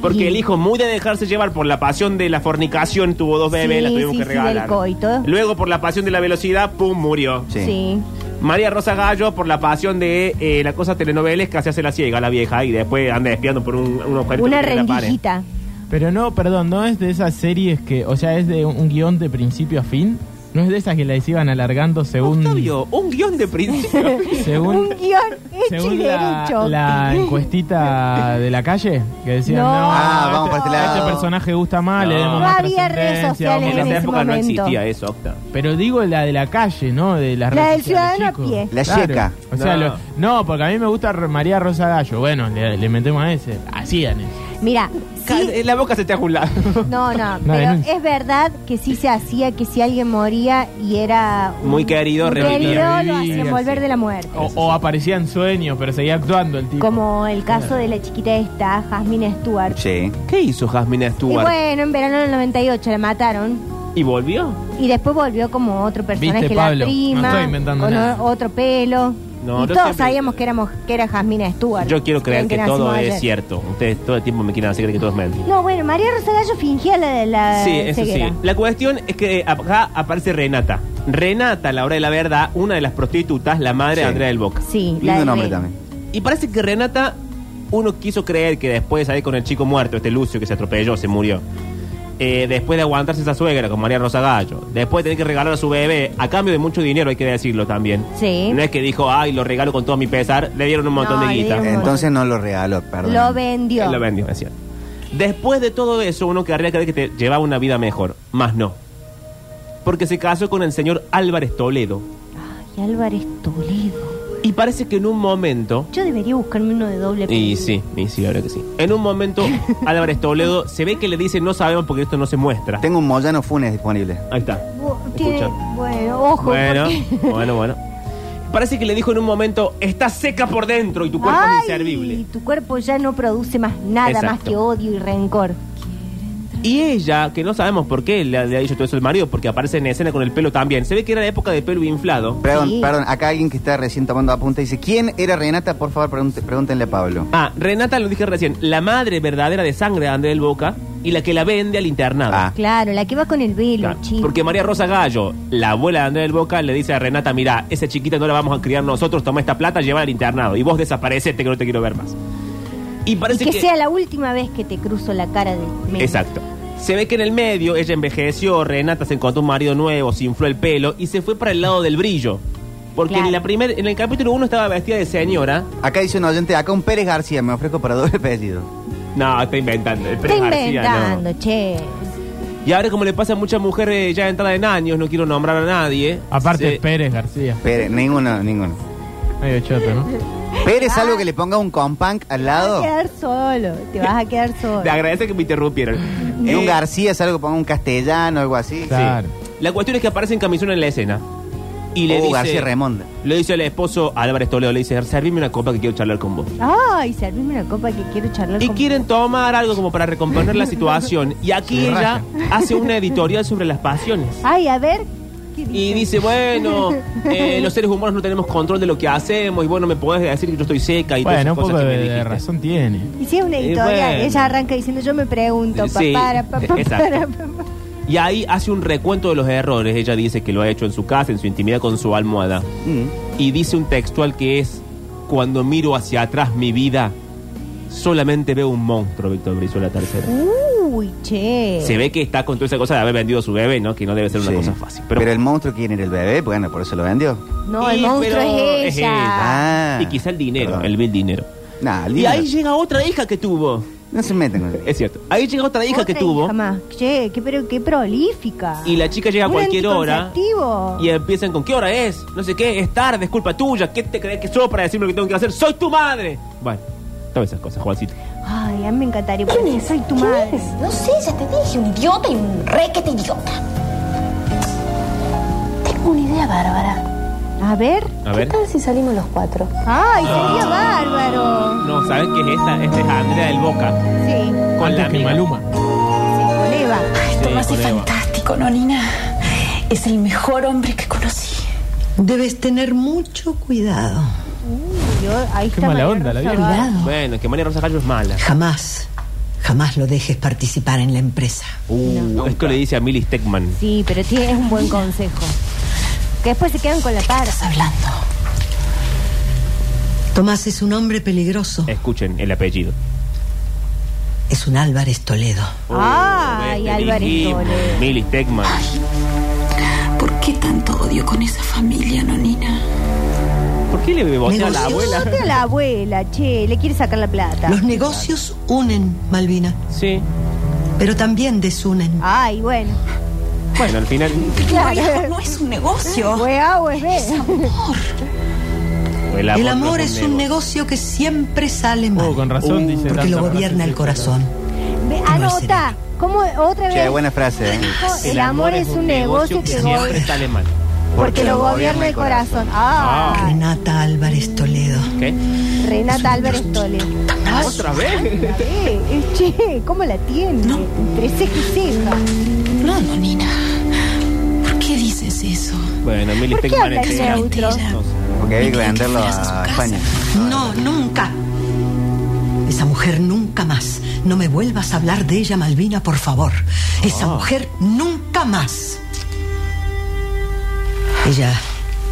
Speaker 4: Porque
Speaker 5: Y-
Speaker 4: el hijo muy de dejarse llevar por la pasión de la fornicación tuvo dos bebés,
Speaker 5: Sí,
Speaker 4: las tuvimos
Speaker 5: sí,
Speaker 4: que
Speaker 5: sí, del
Speaker 4: regalar.
Speaker 5: coito.
Speaker 4: Luego por la pasión de la velocidad, pum, murió.
Speaker 7: Sí.
Speaker 5: Sí.
Speaker 4: María Rosa Gallo por la pasión de eh, la cosa telenovelesca se hace la ciega la vieja y después anda espiando por un, un agujerito
Speaker 5: Una
Speaker 4: que tiene en la pared.
Speaker 5: rendijita.
Speaker 6: Pero no, perdón, no es de esas series que. O sea, es de un guión de principio a fin. No es de esas que las iban alargando según.
Speaker 4: Octavio, un guión de principio.
Speaker 5: Un
Speaker 6: Según.
Speaker 5: guión hecho y
Speaker 6: Según la,
Speaker 5: derecho.
Speaker 6: la encuestita de la calle, que decían,
Speaker 5: No.
Speaker 6: no,
Speaker 7: Ah, vamos
Speaker 6: este,
Speaker 7: para este lado.
Speaker 6: este personaje gusta más, le
Speaker 4: No.
Speaker 6: demos
Speaker 4: No
Speaker 6: más
Speaker 5: había redes
Speaker 6: trascendencia,
Speaker 5: sociales
Speaker 6: vamos
Speaker 4: en
Speaker 6: a-
Speaker 4: esa
Speaker 5: ese
Speaker 4: época no
Speaker 5: momento.
Speaker 4: existía eso, Octa.
Speaker 6: Pero digo la de la calle, ¿no? De las
Speaker 5: La
Speaker 6: redes
Speaker 5: del
Speaker 6: sociales,
Speaker 5: ciudadano a
Speaker 6: chicos.
Speaker 5: pie.
Speaker 7: La yeca.
Speaker 6: O sea,
Speaker 4: No.
Speaker 6: lo- no, porque a mí me gusta R- María Rosa Gallo. Bueno, le, le metemos a ese. Hacían eso.
Speaker 5: Mira,
Speaker 4: Ca-
Speaker 5: sí,
Speaker 4: eh, La boca se te ha juntado.
Speaker 5: No, no,
Speaker 6: Una
Speaker 5: pero
Speaker 6: denuncia.
Speaker 5: es verdad que sí se hacía que si alguien moría y era un-
Speaker 4: Muy querido,
Speaker 5: un
Speaker 4: revivir.
Speaker 5: querido, lo
Speaker 6: Revivir,
Speaker 5: hacían volver
Speaker 6: sí. Oh.
Speaker 5: de la muerte.
Speaker 6: O, o aparecían sueños, pero seguía actuando el tipo.
Speaker 5: Como el caso de la chiquita esta, Jasmine Stewart.
Speaker 7: Sí.
Speaker 4: ¿Qué hizo Jasmine
Speaker 5: Y
Speaker 4: Stewart?
Speaker 5: bueno, en verano del 98 la mataron
Speaker 4: ¿Y volvió?
Speaker 5: y después volvió como otro personaje,
Speaker 6: Viste,
Speaker 5: la
Speaker 6: Pablo,
Speaker 5: prima,
Speaker 6: no estoy inventando
Speaker 5: con
Speaker 6: nada.
Speaker 5: o- otro pelo.
Speaker 4: No,
Speaker 5: y
Speaker 4: yo
Speaker 5: todos
Speaker 4: siempre-
Speaker 5: sabíamos que éramos que era Jasmine Stewart.
Speaker 4: Yo quiero creer
Speaker 5: Creen
Speaker 4: que
Speaker 5: nacimos
Speaker 4: todo es
Speaker 5: ayer.
Speaker 4: cierto. Ustedes todo el tiempo me quieren hacer creer que todo es mentira.
Speaker 5: No, eh, bueno, María Rosa Gallo fingía la, la
Speaker 4: Sí, eso
Speaker 5: ceguera.
Speaker 4: sí. La cuestión es que acá aparece Renata. Renata, a la hora de la verdad, una de las prostitutas, la madre de
Speaker 7: Sí.
Speaker 4: Andrea del Boca.
Speaker 5: Sí, la
Speaker 7: Lindo
Speaker 5: de-
Speaker 7: nombre también.
Speaker 4: Y parece que Renata, uno quiso creer que después de salir con el chico muerto, este Lucio que se atropelló, se murió. eh, después de aguantarse esa suegra con María Rosa Gallo, después de tener que regalar a su bebé, a cambio de mucho dinero, hay que decirlo también.
Speaker 5: Sí.
Speaker 4: No es que dijo, ay, lo regalo con todo mi pesar, le dieron un montón
Speaker 5: No,
Speaker 4: de
Speaker 5: le
Speaker 4: guita.
Speaker 5: dieron un
Speaker 7: Entonces no lo regaló, perdón.
Speaker 5: Lo vendió.
Speaker 4: Él lo vendió, es cierto. Después de todo eso, uno querría creer que te llevaba una vida mejor, más no. Porque se casó con el señor Álvarez Toledo.
Speaker 5: Y Álvarez Toledo.
Speaker 4: Y parece que en un momento
Speaker 5: Yo debería buscarme uno de doble
Speaker 4: Y
Speaker 5: apellido.
Speaker 4: sí, y sí, la verdad que sí. En un momento, Álvarez Toledo se ve que le dice no sabemos porque esto no se muestra.
Speaker 7: Tengo un Moyano Funes disponible.
Speaker 4: Ahí está.
Speaker 5: Bu- tiene-
Speaker 4: Escucha.
Speaker 5: bueno, ojo.
Speaker 4: Bueno,
Speaker 5: porque-
Speaker 4: bueno, bueno. Parece que le dijo en un momento, está seca por dentro y tu cuerpo
Speaker 5: Ay,
Speaker 4: es inservible.
Speaker 5: Tu cuerpo ya no produce más nada más
Speaker 4: Exacto.
Speaker 5: que odio y rencor.
Speaker 4: Y ella, que no sabemos por qué le, ha- le ha dicho todo eso el marido, porque aparece en escena con el pelo también. Se ve que era la época de pelo inflado.
Speaker 7: Perdón,
Speaker 5: Sí.
Speaker 7: perdón, acá alguien que está recién tomando apunte dice, ¿quién era Renata? Por favor, pregunte- pregúntenle a Pablo.
Speaker 4: Ah, Renata lo dije recién, la madre verdadera de sangre de André del Boca y la que la vende al internado.
Speaker 7: Ah.
Speaker 5: Claro, la que va con el velo,
Speaker 4: Claro,
Speaker 5: chico.
Speaker 4: Porque María Rosa Gallo, la abuela de Andrés del Boca, le dice a Renata, mira, esa chiquita no la vamos a criar nosotros, toma esta plata, lleva al internado. Y vos desaparecete que no te quiero ver más. Y
Speaker 5: Y
Speaker 4: parece
Speaker 5: que, sea la última vez que te cruzo la cara de medio.
Speaker 4: Exacto. Se ve que en el medio ella envejeció, Renata se encontró un marido nuevo, se infló el pelo y se fue para el lado del brillo. Porque
Speaker 5: Claro.
Speaker 4: en, la primer, en el capítulo 1 estaba vestida de señora.
Speaker 7: Acá dice un oyente, acá un Pérez García, me ofrezco para doble apellido.
Speaker 4: No, está inventando. el
Speaker 5: Está
Speaker 4: Pérez García, no.
Speaker 5: inventando, che.
Speaker 4: Y ahora como le pasa a muchas mujeres ya entradas en años, no quiero nombrar a nadie.
Speaker 6: Aparte,
Speaker 4: se-
Speaker 6: Pérez García.
Speaker 7: Pérez, ninguno, ninguno.
Speaker 6: Medio choto, ¿no?
Speaker 7: Pérez,
Speaker 5: Ah.
Speaker 7: algo que le ponga un compunk al
Speaker 5: Te vas a
Speaker 7: lado.
Speaker 5: quedar solo, te vas a quedar solo.
Speaker 4: Te agradece que me interrumpieron.
Speaker 7: Y un
Speaker 4: Eh,
Speaker 7: García es algo que ponga un castellano, algo así.
Speaker 4: Sí.
Speaker 6: Claro.
Speaker 4: La cuestión es que aparece en camisón en la escena. Y le
Speaker 7: Oh,
Speaker 4: dice.
Speaker 7: García Remonda.
Speaker 4: Le dice al esposo a Álvarez Toledo, le dice, servime una copa que quiero charlar con vos.
Speaker 5: Ay, servime una copa que quiero charlar
Speaker 4: Y
Speaker 5: con
Speaker 4: quieren tomar algo como para recomponer la situación. Y aquí
Speaker 6: Se
Speaker 4: ella
Speaker 6: raja.
Speaker 4: hace una editorial sobre las pasiones.
Speaker 5: Ay, a ver. ¿qué
Speaker 4: Y dice, bueno, eh, los seres humanos no tenemos control de lo que hacemos. Y bueno, me podés decir que yo estoy seca y todas
Speaker 6: Bueno,
Speaker 4: esas
Speaker 6: un
Speaker 4: cosas
Speaker 6: poco
Speaker 4: que
Speaker 6: de,
Speaker 4: me
Speaker 6: de
Speaker 4: dijiste.
Speaker 6: razón tiene.
Speaker 5: Y si es una
Speaker 4: Y
Speaker 5: editorial,
Speaker 4: eh, bueno.
Speaker 5: ella arranca diciendo, yo me pregunto, papá,
Speaker 4: Sí,
Speaker 5: papá, papá,
Speaker 4: exacto. Y ahí hace un recuento de los errores. Ella dice que lo ha hecho en su casa, en su intimidad con su almohada.
Speaker 7: Mm.
Speaker 4: y dice un textual que es, cuando miro hacia atrás mi vida, solamente veo un monstruo, Víctor Brizuela tercera.
Speaker 5: Uy, che.
Speaker 4: Se ve que está con toda esa cosa de haber vendido a su bebé, ¿no? Que no debe ser una
Speaker 7: Sí.
Speaker 4: cosa fácil.
Speaker 7: Pero,
Speaker 4: Pero,
Speaker 7: el monstruo, ¿quién era el bebé? Bueno, por eso lo vendió.
Speaker 5: No, el
Speaker 4: Y,
Speaker 5: monstruo
Speaker 4: pero
Speaker 5: es
Speaker 4: es
Speaker 5: ella.
Speaker 7: Ah.
Speaker 4: y quizá el dinero,
Speaker 7: Perdón.
Speaker 4: el vil dinero.
Speaker 7: Nah, el
Speaker 4: Y
Speaker 7: dinero.
Speaker 4: ahí llega otra hija que tuvo.
Speaker 7: No se meten con
Speaker 4: Es cierto. Ahí llega otra hija que
Speaker 5: Otra
Speaker 4: tuvo.
Speaker 5: hija más. Che, qué, pero qué prolífica.
Speaker 4: Y la chica llega a
Speaker 5: Un
Speaker 4: cualquier hora.
Speaker 5: anticonceptivo.
Speaker 4: Y empiezan con, ¿qué hora es? No sé qué, es tarde, es culpa tuya. ¿Qué te crees que soy para decirme lo que tengo que hacer? ¡Soy tu madre! Bueno, todas esas cosas, Juancito.
Speaker 5: Ay, a mí me encantaría.
Speaker 9: ¿Quién
Speaker 5: porque
Speaker 9: es?
Speaker 5: Soy tu
Speaker 9: ¿Quién
Speaker 5: madre.
Speaker 9: es? No sé, ya te dije, un idiota y un requete idiota. Tengo una idea bárbara.
Speaker 5: A ver.
Speaker 4: A ver.
Speaker 9: ¿Qué tal si salimos los cuatro?
Speaker 5: Ay, sería bárbaro.
Speaker 4: No, ¿sabes qué es esta? Esta es Andrea del Boca.
Speaker 5: Sí, sí,
Speaker 4: Con la
Speaker 6: Antes que
Speaker 4: amiga.
Speaker 6: Maluma.
Speaker 5: con Eva.
Speaker 4: Sí,
Speaker 10: Esto me hace
Speaker 4: con Eva.
Speaker 10: fantástico, Nonina. Es el mejor hombre que conocí. Debes tener mucho cuidado.
Speaker 5: Yo, ahí
Speaker 6: Qué
Speaker 5: está
Speaker 6: mala
Speaker 5: María
Speaker 6: onda, la
Speaker 5: Rosa
Speaker 6: vieja.
Speaker 5: Bar-
Speaker 10: Cuidado.
Speaker 4: Bueno, que María Rosa Gallo es mala.
Speaker 10: Jamás, jamás lo dejes participar en la empresa.
Speaker 4: Uh, esto le dice a Millie Steckman.
Speaker 5: Sí, pero sí, es un buen consejo. Que después se quedan con la cara.
Speaker 10: Estás hablando. Tomás es un hombre peligroso.
Speaker 6: Eh.
Speaker 4: Escuchen el apellido.
Speaker 10: Es un Álvarez Toledo.
Speaker 6: Oh,
Speaker 4: Uh,
Speaker 5: Ay,
Speaker 4: ves, te
Speaker 5: Álvarez
Speaker 4: dijimos.
Speaker 5: Toledo.
Speaker 4: Millie Steckman.
Speaker 10: ¿Por qué tanto odio con esa familia, Nonina?
Speaker 4: ¿Por qué le bebotea a la
Speaker 10: Negocios.
Speaker 4: abuela?
Speaker 5: Bote a la abuela, che, le quiere sacar la plata.
Speaker 10: Los negocios unen, Malvina,
Speaker 4: Sí.
Speaker 10: pero también
Speaker 6: Ah.
Speaker 10: desunen.
Speaker 5: Ay, bueno.
Speaker 4: Bueno, al final.
Speaker 5: Claro.
Speaker 10: no es un negocio.
Speaker 5: Fue A o es B.
Speaker 4: El
Speaker 10: El
Speaker 4: no
Speaker 10: amor es un negocio que siempre sale mal.
Speaker 6: Oh, con razón, dice
Speaker 10: Porque
Speaker 6: tanta
Speaker 10: lo gobierna
Speaker 6: frase,
Speaker 10: el
Speaker 6: sí,
Speaker 10: corazón.
Speaker 5: Ve,
Speaker 10: No es
Speaker 5: Anota. ¿Cómo otra vez?
Speaker 7: Che, buena frase, ¿eh?
Speaker 5: Dijo, Ah, El amor es un negocio que
Speaker 4: siempre
Speaker 5: gobierna.
Speaker 4: sale mal.
Speaker 5: Porque lo gobierna el corazón. Ah,
Speaker 10: Renata Álvarez Toledo.
Speaker 4: ¿Qué?
Speaker 5: Renata Álvarez Toledo.
Speaker 4: ¿Otra vez?
Speaker 5: La ve, eh, Che, ¿cómo la tiene? Entre ceja y ceja.
Speaker 10: No, Nonina. ¿Por qué dices eso?
Speaker 4: Bueno, Millie
Speaker 5: ¿Por qué
Speaker 4: Steckman
Speaker 5: habla
Speaker 4: es
Speaker 5: en
Speaker 10: entera.
Speaker 5: neutro?
Speaker 4: No sé.
Speaker 7: Porque hay que venderlo a España.
Speaker 10: No, nunca. Esa mujer nunca más. No me vuelvas a hablar de ella, Malvina, por favor. Esa
Speaker 4: Ah.
Speaker 10: mujer nunca más. Ella.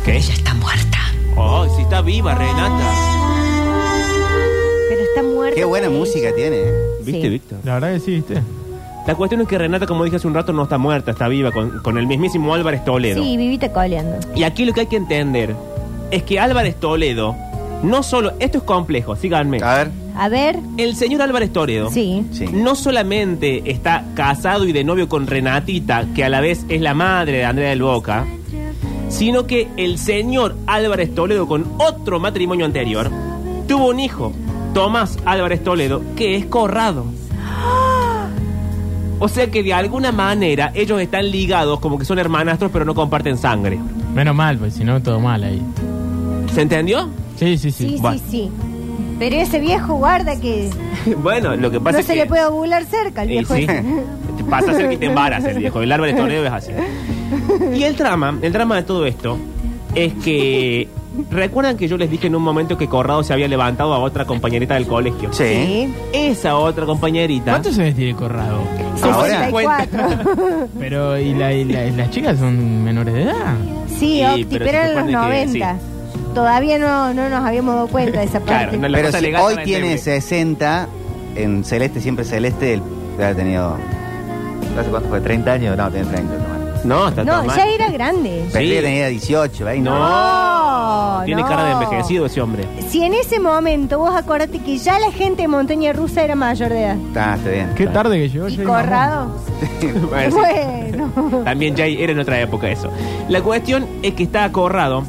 Speaker 4: ¿Qué?
Speaker 10: Ella está muerta.
Speaker 4: Ay, si está viva, Renata.
Speaker 5: Pero está muerta.
Speaker 7: Qué buena
Speaker 5: por ahí.
Speaker 7: música tiene, ¿eh?
Speaker 4: ¿Viste,
Speaker 5: Sí.
Speaker 4: Víctor?
Speaker 6: La verdad que sí, ¿viste?
Speaker 4: La cuestión es que Renata, como dije hace un rato, no está muerta, está viva con, con el mismísimo Álvarez Toledo.
Speaker 5: Sí, vivite coleando.
Speaker 4: Y aquí lo que hay que entender es que Álvarez Toledo, no solo. Esto es complejo, síganme.
Speaker 7: A ver.
Speaker 5: A ver.
Speaker 4: El señor Álvarez Toledo.
Speaker 5: Sí.
Speaker 7: Sí.
Speaker 4: No solamente está casado y de novio con Renatita, que a la vez es la madre de Andrea del Boca, sino que el señor Álvarez Toledo con otro matrimonio anterior tuvo un hijo, Tomás Álvarez Toledo, que es Corrado. O sea que de alguna manera ellos están ligados como que son hermanastros pero no comparten sangre.
Speaker 6: Menos mal, pues si no, todo mal ahí.
Speaker 4: ¿Se entendió?
Speaker 6: Sí, sí,
Speaker 5: Sí,
Speaker 6: sí.
Speaker 4: Bueno.
Speaker 5: sí, sí. Pero ese viejo guarda que
Speaker 4: bueno, lo que pasa
Speaker 5: no
Speaker 4: es
Speaker 5: se
Speaker 4: que...
Speaker 5: le puede burlar cerca al
Speaker 4: Y
Speaker 5: viejo. este.
Speaker 4: sí,
Speaker 5: ese.
Speaker 4: te pasa a ser que te embarazas, el viejo. El árbol de torneo es así. Y el drama, el drama de todo esto es que. ¿Recuerdan que yo les dije en un momento que Corrado se había levantado a otra compañerita del colegio?
Speaker 7: Sí.
Speaker 4: Esa otra compañerita.
Speaker 6: ¿Cuántos años tiene Corrado?
Speaker 7: Ahora.
Speaker 5: 64.
Speaker 6: Pero, ¿y, la- y la- y las chicas son menores de edad?
Speaker 5: Sí,
Speaker 4: Y,
Speaker 5: Octi,
Speaker 4: pero
Speaker 5: pero,
Speaker 4: se
Speaker 5: eran los
Speaker 4: supone que
Speaker 5: 90. Todavía no, no nos habíamos dado cuenta de esa
Speaker 4: Claro,
Speaker 5: parte.
Speaker 4: no la
Speaker 7: Pero
Speaker 4: cosa
Speaker 7: si
Speaker 4: legal
Speaker 7: hoy
Speaker 4: está en
Speaker 7: tiene
Speaker 4: Tenerife.
Speaker 7: 60, en Celeste, siempre Celeste, el- ha tenido. ¿no ¿Hace cuánto fue? ¿30 años? No, tiene 30. No,
Speaker 4: No, está todo
Speaker 5: No,
Speaker 4: mal.
Speaker 5: ya era grande.
Speaker 7: Pensé que tenía 18, 20.
Speaker 4: No.
Speaker 5: No,
Speaker 4: Oh, Tiene
Speaker 5: no.
Speaker 4: cara de envejecido ese hombre.
Speaker 5: Si en ese momento vos acordate que ya la gente de Montaña Rusa era mayor de edad.
Speaker 7: Ah, está bien.
Speaker 6: Qué tarde que llegó.
Speaker 5: Y
Speaker 6: Jay
Speaker 5: Corrado.
Speaker 4: Bueno, sí.
Speaker 5: Bueno.
Speaker 4: También ya era en otra época eso. La cuestión es que está Corrado.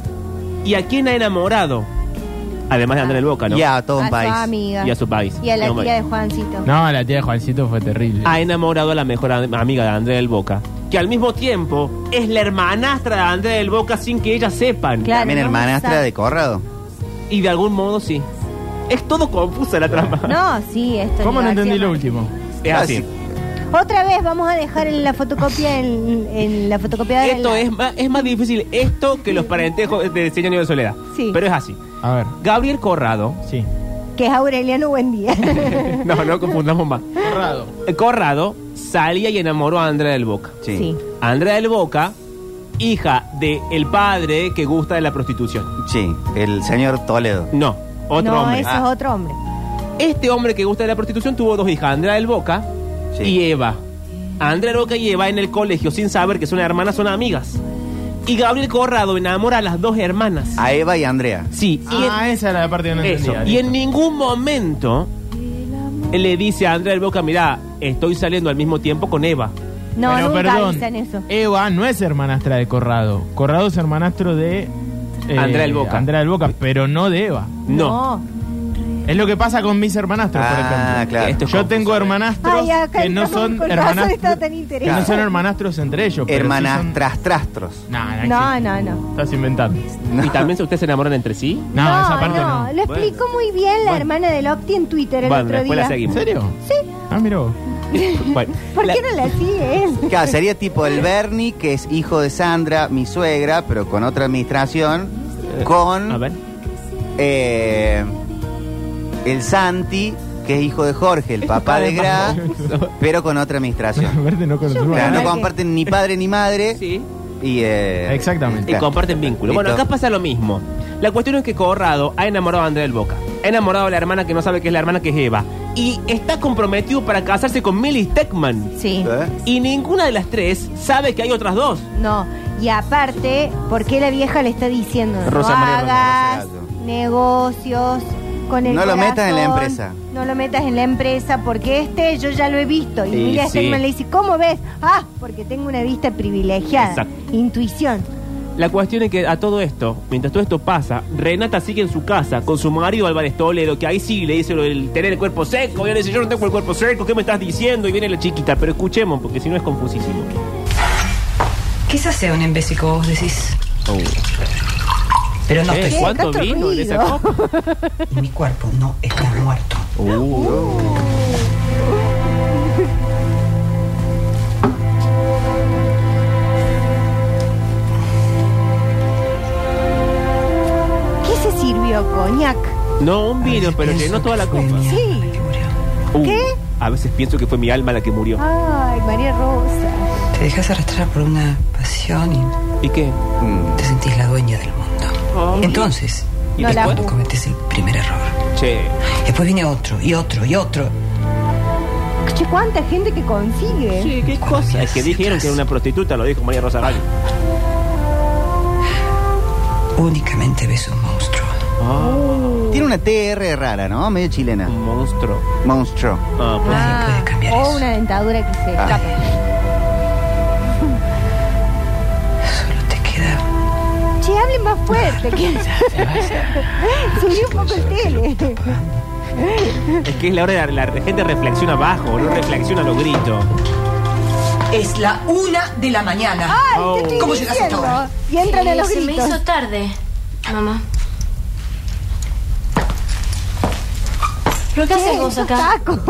Speaker 4: ¿Y a quién ha enamorado? Además de Andrés el Boca, ¿no?
Speaker 7: Ya, a todo
Speaker 5: a
Speaker 7: un
Speaker 5: su
Speaker 7: país.
Speaker 5: amiga.
Speaker 4: Y a su país.
Speaker 5: Y a la
Speaker 4: No, bueno.
Speaker 5: tía de Juancito.
Speaker 6: Mamón. No, la tía de Juancito fue terrible.
Speaker 4: ha enamorado a la mejor am- amiga de André del Boca, que al mismo tiempo es la hermanastra de André del Boca sin que ellas sepan.
Speaker 5: Claro,
Speaker 7: También
Speaker 5: no
Speaker 7: hermanastra
Speaker 5: sabe.
Speaker 7: de Corrado.
Speaker 4: Y de algún modo sí. Es todo confusa la trama.
Speaker 5: No, sí, esto. le
Speaker 6: ¿Cómo no
Speaker 5: va a
Speaker 6: entendí
Speaker 5: hacer
Speaker 6: lo
Speaker 5: mal.
Speaker 6: último?
Speaker 4: Es así.
Speaker 5: Otra vez vamos a dejar en la fotocopia en, en la fotocopiadora.
Speaker 4: Esto
Speaker 5: la-
Speaker 4: es más, es más difícil esto que los parentejos de Señor Nivel Soledad.
Speaker 5: Sí.
Speaker 4: Pero es así.
Speaker 6: A ver,
Speaker 4: Gabriel Corrado.
Speaker 6: sí.
Speaker 5: que es Aureliano Buendía.
Speaker 4: no, no confundamos más. Eh,
Speaker 6: Corrado.
Speaker 4: Corrado salía y enamoró a André del Boca.
Speaker 7: Sí.
Speaker 5: sí.
Speaker 4: Andrea del Boca hija del el padre que gusta de la prostitución.
Speaker 7: Sí, el señor Toledo.
Speaker 4: No, otro
Speaker 5: no,
Speaker 4: hombre. Ah,
Speaker 5: ese es otro hombre.
Speaker 4: Este hombre que gusta de la prostitución tuvo dos hijas, Andrea del Boca
Speaker 7: Sí.
Speaker 4: y eh, Eva. Andrea del Boca y Eva en el colegio, sin saber que son hermanas, son amigas. Y Gabriel Corrado enamora a las dos hermanas.
Speaker 7: A Eva y Andrea.
Speaker 4: Sí, y en-
Speaker 6: Ah, esa era la parte que no
Speaker 4: Eso.
Speaker 6: entendía.
Speaker 4: Y en ningún momento él le dice a Andrea del Boca, mirá, estoy saliendo al mismo tiempo con Eva.
Speaker 5: No,
Speaker 6: Pero
Speaker 5: nunca
Speaker 6: perdón,
Speaker 5: dicen eso.
Speaker 6: Eva no es hermanastra de Corrado. Corrado es hermanastro de... eh,
Speaker 4: Andrea del Boca.
Speaker 6: Andrea del Boca, pero no de Eva.
Speaker 4: No.
Speaker 6: Es lo que pasa con mis hermanastros, por
Speaker 7: Ah,
Speaker 6: ejemplo.
Speaker 7: claro.
Speaker 4: Esto
Speaker 6: Yo tengo hermanastros
Speaker 5: Ay, acá
Speaker 6: que no
Speaker 5: estamos
Speaker 6: son
Speaker 5: con razón, estaba tan
Speaker 6: hermanastros, que no
Speaker 5: interesante.
Speaker 6: son hermanastros entre ellos. pero sí son-
Speaker 7: Hermanastras trastros.
Speaker 6: Nah, no,
Speaker 5: No,
Speaker 6: existe.
Speaker 5: no, no.
Speaker 6: Estás inventando.
Speaker 4: ¿Y también se- ustedes se enamoran entre sí?
Speaker 6: No, esa parte no.
Speaker 5: Lo explicó muy bien la hermana del Octi en Twitter el
Speaker 4: Bueno,
Speaker 5: otro
Speaker 4: después
Speaker 5: día.
Speaker 4: la seguimos.
Speaker 6: ¿En serio? Sí. Ah, mira vos.
Speaker 4: Bueno,
Speaker 5: ¿Por
Speaker 4: la-
Speaker 5: qué no la sigue él?
Speaker 7: Claro, sería tipo el Bernie, que es hijo de Sandra, mi suegra, pero con otra administración,
Speaker 4: A ver.
Speaker 7: con eh, el Santi, que es hijo de Jorge, el papá de Gra, pero con otra administración.
Speaker 6: Verde no conocí.
Speaker 5: Yo-
Speaker 7: Claro,
Speaker 5: Claro
Speaker 7: no
Speaker 5: que-
Speaker 7: comparten ni padre ni madre.
Speaker 4: Sí.
Speaker 7: Y, eh,
Speaker 6: Exactamente.
Speaker 4: Y comparten vínculo. Bueno,
Speaker 7: Listo.
Speaker 4: acá pasa lo mismo. La cuestión es que Corrado ha enamorado a Andrea del Boca. Ha enamorado a la hermana que no sabe que es la hermana que es Eva. Y está comprometido para casarse con Millie Steckman.
Speaker 5: Sí.
Speaker 7: ¿Eh?
Speaker 4: Y ninguna de las tres sabe que hay otras dos.
Speaker 5: No. Y aparte, ¿por qué la vieja le está diciendo?
Speaker 4: Rosa
Speaker 5: no
Speaker 4: María
Speaker 5: hagas
Speaker 7: Rosa
Speaker 5: negocios con el
Speaker 7: No lo metas en la
Speaker 5: corazón,
Speaker 7: empresa.
Speaker 5: No lo metas en la empresa porque este yo ya lo he visto. Y
Speaker 4: Sí,
Speaker 5: mira,
Speaker 4: sí.
Speaker 5: Selman le dice, ¿cómo ves? Ah, porque tengo una vista privilegiada.
Speaker 4: Exacto.
Speaker 5: Intuición.
Speaker 4: La cuestión es que a todo esto, mientras todo esto pasa, Renata sigue en su casa con su marido Álvarez Toledo, que ahí sí le dice lo del tener el cuerpo seco. Y él dice, yo no tengo el cuerpo seco, ¿qué me estás diciendo? Y viene la chiquita, pero escuchemos, porque si no es confusísimo.
Speaker 10: Quizás sea un imbécil como vos decís.
Speaker 4: Oh.
Speaker 10: Pero no
Speaker 4: Eh,
Speaker 10: estoy
Speaker 5: ¿Qué?
Speaker 4: ¿Cuánto
Speaker 5: Tanto
Speaker 4: vino en esa
Speaker 5: ruido.
Speaker 4: copa?
Speaker 10: Mi cuerpo no está muerto.
Speaker 5: ¿Qué se sirvió, coñac?
Speaker 4: No, un vino, pero llenó toda la copa.
Speaker 5: Sí.
Speaker 4: Uh,
Speaker 5: ¿Qué?
Speaker 4: A veces pienso que fue mi alma la que murió.
Speaker 5: Ay, María Rosa.
Speaker 10: Te dejas arrastrar por una pasión
Speaker 5: Ah.
Speaker 10: y
Speaker 4: ¿Y qué?
Speaker 10: te sentís la dueña del
Speaker 4: Oh.
Speaker 10: mundo. Entonces,
Speaker 4: ¿Y
Speaker 5: No
Speaker 10: es
Speaker 5: la-
Speaker 10: cuando cometes el primer error.
Speaker 4: Che,
Speaker 10: Después viene otro y otro y otro.
Speaker 5: Che, cuánta gente que consigue.
Speaker 4: che, qué cosa. Es que dijeron que era una prostituta, lo dijo María Rosa Rayo.
Speaker 5: Ah.
Speaker 10: Únicamente ves un monstruo.
Speaker 7: Tiene una TR rara, ¿no? Medio chilena.
Speaker 4: Un monstruo.
Speaker 7: Monstruo.
Speaker 4: Ah, pues,
Speaker 10: Nadie puede cambiar
Speaker 5: O
Speaker 10: eso.
Speaker 5: una dentadura que se
Speaker 7: Ah.
Speaker 5: escapa.
Speaker 10: Solo te queda.
Speaker 5: Che, hablen más fuerte. que- Subí un poco el tele.
Speaker 4: Es que es la hora de la, la gente reflexiona abajo, no reflexiona a los gritos.
Speaker 10: Es la una de la mañana.
Speaker 5: Ay,
Speaker 4: Oh.
Speaker 5: ¿qué estoy
Speaker 10: ¿Cómo llegaste
Speaker 5: diciendo?
Speaker 10: hasta ahora?
Speaker 5: Y entran a
Speaker 9: Eh,
Speaker 5: los
Speaker 9: se me hizo
Speaker 5: gritos.
Speaker 9: tarde, mamá. ¿Pero qué
Speaker 5: Che,
Speaker 9: haces vos
Speaker 5: esos
Speaker 9: acá?
Speaker 5: tacos.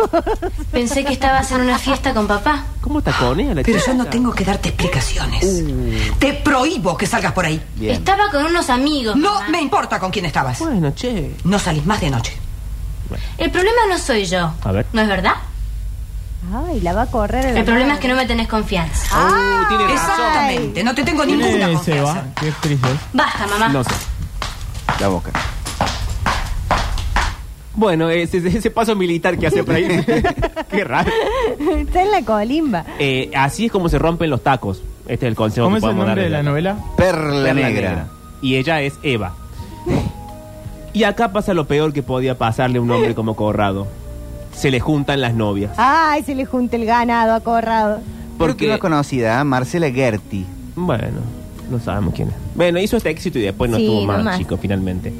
Speaker 9: Pensé que estabas en una fiesta con papá.
Speaker 4: ¿Cómo taconea la
Speaker 10: Pero yo
Speaker 4: chica?
Speaker 10: no tengo que darte explicaciones.
Speaker 5: Uh.
Speaker 10: Te prohíbo que salgas por ahí.
Speaker 7: Bien.
Speaker 9: Estaba con unos amigos.
Speaker 10: No
Speaker 9: mamá.
Speaker 10: me importa con quién estabas.
Speaker 4: Bueno, che.
Speaker 10: No salís más de noche.
Speaker 9: El problema no soy yo.
Speaker 4: A ver.
Speaker 9: ¿No es verdad?
Speaker 5: Ay, la va a correr.
Speaker 9: El problema es que no me tenés confianza.
Speaker 5: Ah,
Speaker 4: Uh, tiene razón.
Speaker 10: Exactamente. No te tengo
Speaker 6: ¿Quién
Speaker 10: ninguna
Speaker 6: es
Speaker 10: confianza.
Speaker 6: Eva? ¿Qué actriz es?
Speaker 9: Basta, mamá.
Speaker 4: No sé.
Speaker 7: La boca.
Speaker 4: Bueno, ese, ese paso militar que hace por ahí. Qué raro.
Speaker 5: Está en la colimba.
Speaker 4: Eh, así es como se rompen los tacos. Este es el consejo
Speaker 6: ¿Cómo
Speaker 4: que
Speaker 6: es el
Speaker 4: podemos
Speaker 6: nombre de
Speaker 4: darle.
Speaker 6: la novela?
Speaker 7: Perla,
Speaker 4: Perla
Speaker 7: negra.
Speaker 4: Negra. Y ella es Eva. Y acá pasa lo peor que podía pasarle a un hombre como Corrado. Se le juntan las novias.
Speaker 5: Ay, se le junta el ganado a Corrado.
Speaker 7: ¿Por
Speaker 4: Porque,
Speaker 7: qué no es conocida? ¿eh? Marcela Gerti.
Speaker 4: bueno, no sabemos quién es. Bueno, hizo este éxito y después no
Speaker 5: Sí,
Speaker 4: estuvo más,
Speaker 5: nomás.
Speaker 4: chico, finalmente.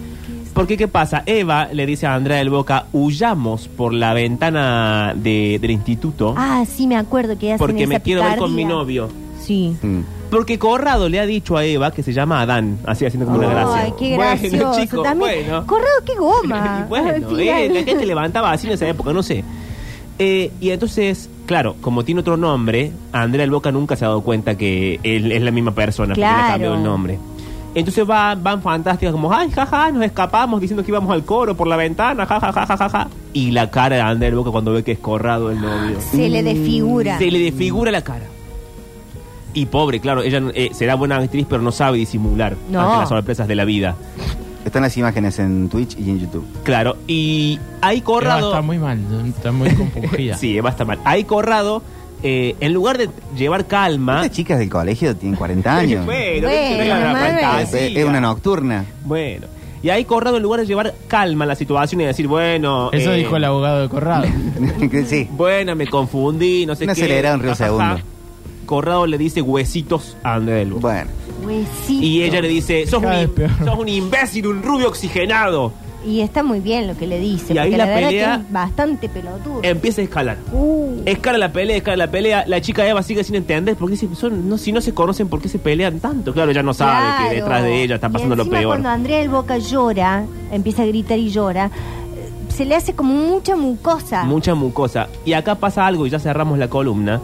Speaker 4: Porque, ¿qué pasa? Eva le dice a Andrea del Boca, huyamos por la ventana de- del instituto
Speaker 5: Ah, sí, me acuerdo que hacen
Speaker 4: porque me
Speaker 5: esa
Speaker 4: quiero ver con mi
Speaker 5: picardía.
Speaker 4: novio.
Speaker 5: Sí.
Speaker 7: Mm.
Speaker 4: Porque Corrado le ha dicho a Eva que se llama Adán, así haciendo como una gracia.
Speaker 5: Ay, qué
Speaker 4: Bueno,
Speaker 5: gracioso.
Speaker 4: chico,
Speaker 5: También,
Speaker 4: bueno.
Speaker 5: Corrado, qué goma.
Speaker 4: Y bueno,
Speaker 5: Al
Speaker 4: eh,
Speaker 5: final.
Speaker 4: la gente levantaba así en esa época, no sé. Eh, y entonces, claro, como tiene otro nombre, Andrea del Boca nunca se ha dado cuenta que él es la misma persona, porque le
Speaker 5: Claro.
Speaker 4: cambió el nombre. Entonces va- van fantásticas como, ay, jaja, nos escapamos diciendo que íbamos al coro por la ventana, jaja, jaja, jaja. Y la cara de Andrea del
Speaker 5: Ah,
Speaker 4: Boca cuando ve que es Corrado el novio.
Speaker 5: Se le desfigura.
Speaker 4: Se le desfigura la cara. Y pobre, claro, ella eh, será buena actriz, pero no sabe disimular
Speaker 5: No.
Speaker 4: ante las sorpresas de la vida.
Speaker 7: Están las imágenes en Twitch y en YouTube.
Speaker 4: Claro, y ahí
Speaker 6: Eva está
Speaker 4: Corrado.
Speaker 6: muy mal, está muy compungida.
Speaker 4: Sí, Eva está mal. Ahí Corrado, eh, en lugar de llevar calma. este
Speaker 7: Estas chicas del colegio tienen 40 años.
Speaker 4: Bueno, este
Speaker 5: Bueno,
Speaker 4: pero era una
Speaker 5: Manuel.
Speaker 7: Es,
Speaker 4: fantasía.
Speaker 7: es una nocturna.
Speaker 4: Bueno. Y ahí Corrado, en lugar de llevar calma a la situación y decir, bueno.
Speaker 6: Eso
Speaker 4: eh,
Speaker 6: dijo el abogado de Corrado.
Speaker 7: sí.
Speaker 4: Bueno, me confundí, no sé
Speaker 7: Una
Speaker 4: qué.
Speaker 7: acelerada en Río
Speaker 4: jajaja.
Speaker 7: Segundo.
Speaker 4: Corrado le dice huesitos a Andrés del Boca.
Speaker 7: Bueno.
Speaker 5: Huesito.
Speaker 4: Y ella le dice, sos un,
Speaker 6: Cada vez
Speaker 4: im-
Speaker 6: peor.
Speaker 4: sos un imbécil, un rubio oxigenado.
Speaker 5: Y está muy bien lo que le dice.
Speaker 4: Y ahí
Speaker 5: porque
Speaker 4: la
Speaker 5: la, verdad
Speaker 4: pelea- Eh.
Speaker 5: que es bastante pelotudo.
Speaker 4: Empieza a escalar.
Speaker 5: Uh,
Speaker 4: Escala la pelea, escala la pelea. La chica Eva sigue sin entender porque dice, son, no, si no se conocen, ¿por qué se pelean tanto? Claro, ella no sabe que
Speaker 5: claro.
Speaker 4: detrás de ella está
Speaker 5: Y
Speaker 4: pasando lo
Speaker 5: encima
Speaker 4: peor.
Speaker 5: Cuando Andrea del Boca llora, empieza a gritar y llora, eh, se le hace como mucha mucosa.
Speaker 4: Mucha mucosa. Y acá pasa algo, y ya cerramos la columna,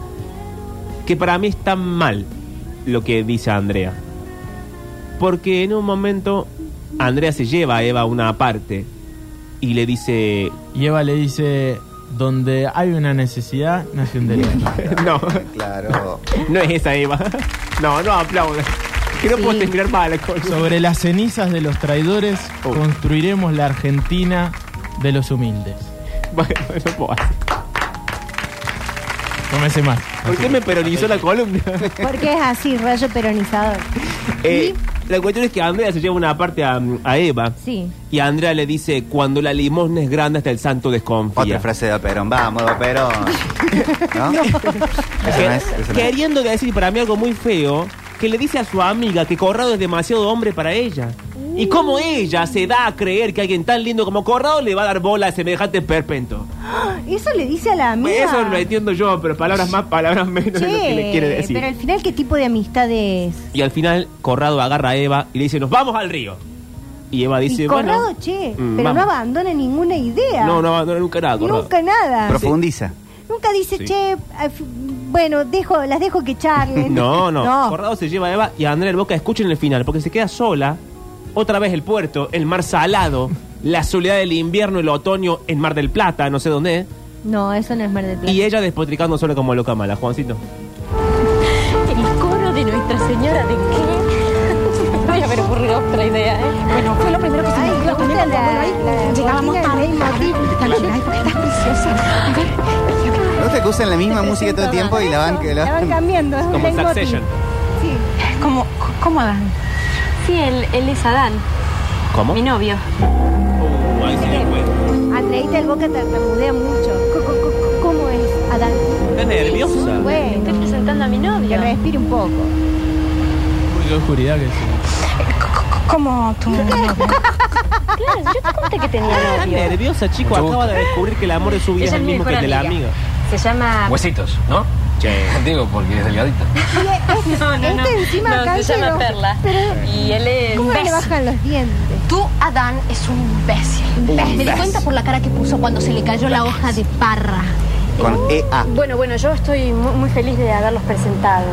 Speaker 4: que para mí está mal lo que dice Andrea. Porque en un momento Andrea se lleva a Eva a una parte y le dice...
Speaker 6: Y Eva le dice, donde hay una necesidad, nace un delito.
Speaker 4: no,
Speaker 7: Claro.
Speaker 4: no es esa Eva. No, no aplaudas. Que no
Speaker 5: Sí.
Speaker 4: puedo terminar mal la columna.
Speaker 6: Sobre las cenizas de los traidores
Speaker 4: Oh.
Speaker 6: construiremos la Argentina de los humildes.
Speaker 4: Bueno, no puedo hacer.
Speaker 6: Tómese más.
Speaker 4: ¿Por qué me peronizó la columna?
Speaker 5: Porque es así, rayo peronizador.
Speaker 4: Eh, la cuestión es que Andrea se lleva una parte a, a Eva
Speaker 5: Sí.
Speaker 4: y Andrea le dice, cuando la limosna es grande hasta el santo desconfía.
Speaker 7: Otra frase de Operón. Vamos, Operón. ¿No? Eso no es. eso no es.
Speaker 4: Queriendo decir para mí algo muy feo, que le dice a su amiga que Corrado es demasiado hombre para ella.
Speaker 5: Mm.
Speaker 4: Y cómo ella se da a creer que alguien tan lindo como Corrado le va a dar bola a semejante perpento. Pues
Speaker 5: Eso le dice a la amiga.
Speaker 4: Eso lo entiendo yo, pero palabras más, palabras menos es lo que le quiere
Speaker 5: Che,
Speaker 4: decir.
Speaker 5: pero al final, ¿qué tipo de amistad es?
Speaker 4: Y al final Corrado agarra a Eva y le dice, nos vamos al río. Y Eva dice,
Speaker 5: y Corrado,
Speaker 4: bueno...
Speaker 5: che,
Speaker 4: mm,
Speaker 5: pero
Speaker 4: vamos".
Speaker 5: no abandona ninguna idea.
Speaker 4: No, no abandona nunca nada, Corrado.
Speaker 5: Nunca nada.
Speaker 7: Profundiza.
Speaker 5: Nunca dice,
Speaker 4: Sí.
Speaker 5: che, af- bueno, dejo, las dejo que charlen.
Speaker 4: No, no, Corrado se lleva a Eva y a Andrea del Boca. Escuchen el final, porque se queda sola. Otra vez el puerto, el mar salado, la soledad del invierno, el otoño en Mar del Plata, no sé dónde.
Speaker 5: No, eso no es Mar del Plata.
Speaker 4: Y ella despotricando sola como loca mala, Juancito.
Speaker 9: El coro de Nuestra Señora de qué? Voy a haber ocurrido otra idea, ¿eh? Bueno, fue lo primero que se me
Speaker 5: Ay,
Speaker 9: ocurrió
Speaker 5: ¿viste
Speaker 9: cuando
Speaker 5: la-
Speaker 9: íbamos ahí.
Speaker 5: la
Speaker 9: Llegábamos
Speaker 5: cortina
Speaker 9: tarde.
Speaker 5: de Leitmotiv?
Speaker 9: También, ay, porque estás preciosa. A ver,
Speaker 7: ¿No gusta que usan la misma música todo el tiempo y la van, que
Speaker 5: la van cambiando. Es un
Speaker 4: Como
Speaker 5: Leitmotiv.
Speaker 4: Succession.
Speaker 5: Sí.
Speaker 9: ¿Cómo, cómo Adán? Sí, él, él es Adán,
Speaker 4: ¿Cómo?
Speaker 9: mi novio.
Speaker 4: Oh, ahí sí, bueno.
Speaker 5: Andreita el boca tartamudea mucho. Co- co- co- ¿Cómo es, Adán?
Speaker 4: Está nerviosa.
Speaker 9: Estoy
Speaker 5: Bueno,
Speaker 9: presentando a mi
Speaker 5: que
Speaker 9: novio.
Speaker 5: respire un poco.
Speaker 6: Qué oscuridad que es.
Speaker 9: ¿Cómo tu novio? Claro, yo te conté que tenía
Speaker 4: Está
Speaker 9: novio.
Speaker 4: nerviosa, chico. Acaba de descubrir que el amor de su vida es
Speaker 9: Ella
Speaker 4: el
Speaker 9: es mi
Speaker 4: mismo que el
Speaker 9: mejor
Speaker 4: de la
Speaker 9: amiga.
Speaker 4: amiga.
Speaker 9: Se llama...
Speaker 8: Huesitos, ¿no? Digo, porque es delgadito.
Speaker 5: Y este,
Speaker 9: No, no, no.
Speaker 5: este encima
Speaker 9: No,
Speaker 5: acá
Speaker 9: se llama
Speaker 5: llegó.
Speaker 9: Perla.
Speaker 5: Pero,
Speaker 9: Y él es...
Speaker 5: ¿Cómo le bajan los dientes?
Speaker 11: Tú, Adán, es un imbécil. Me di cuenta por la cara que puso cuando se le cayó la hoja de parra.
Speaker 7: Con E EA.
Speaker 9: Bueno, bueno, yo estoy muy, muy feliz de haberlos presentado.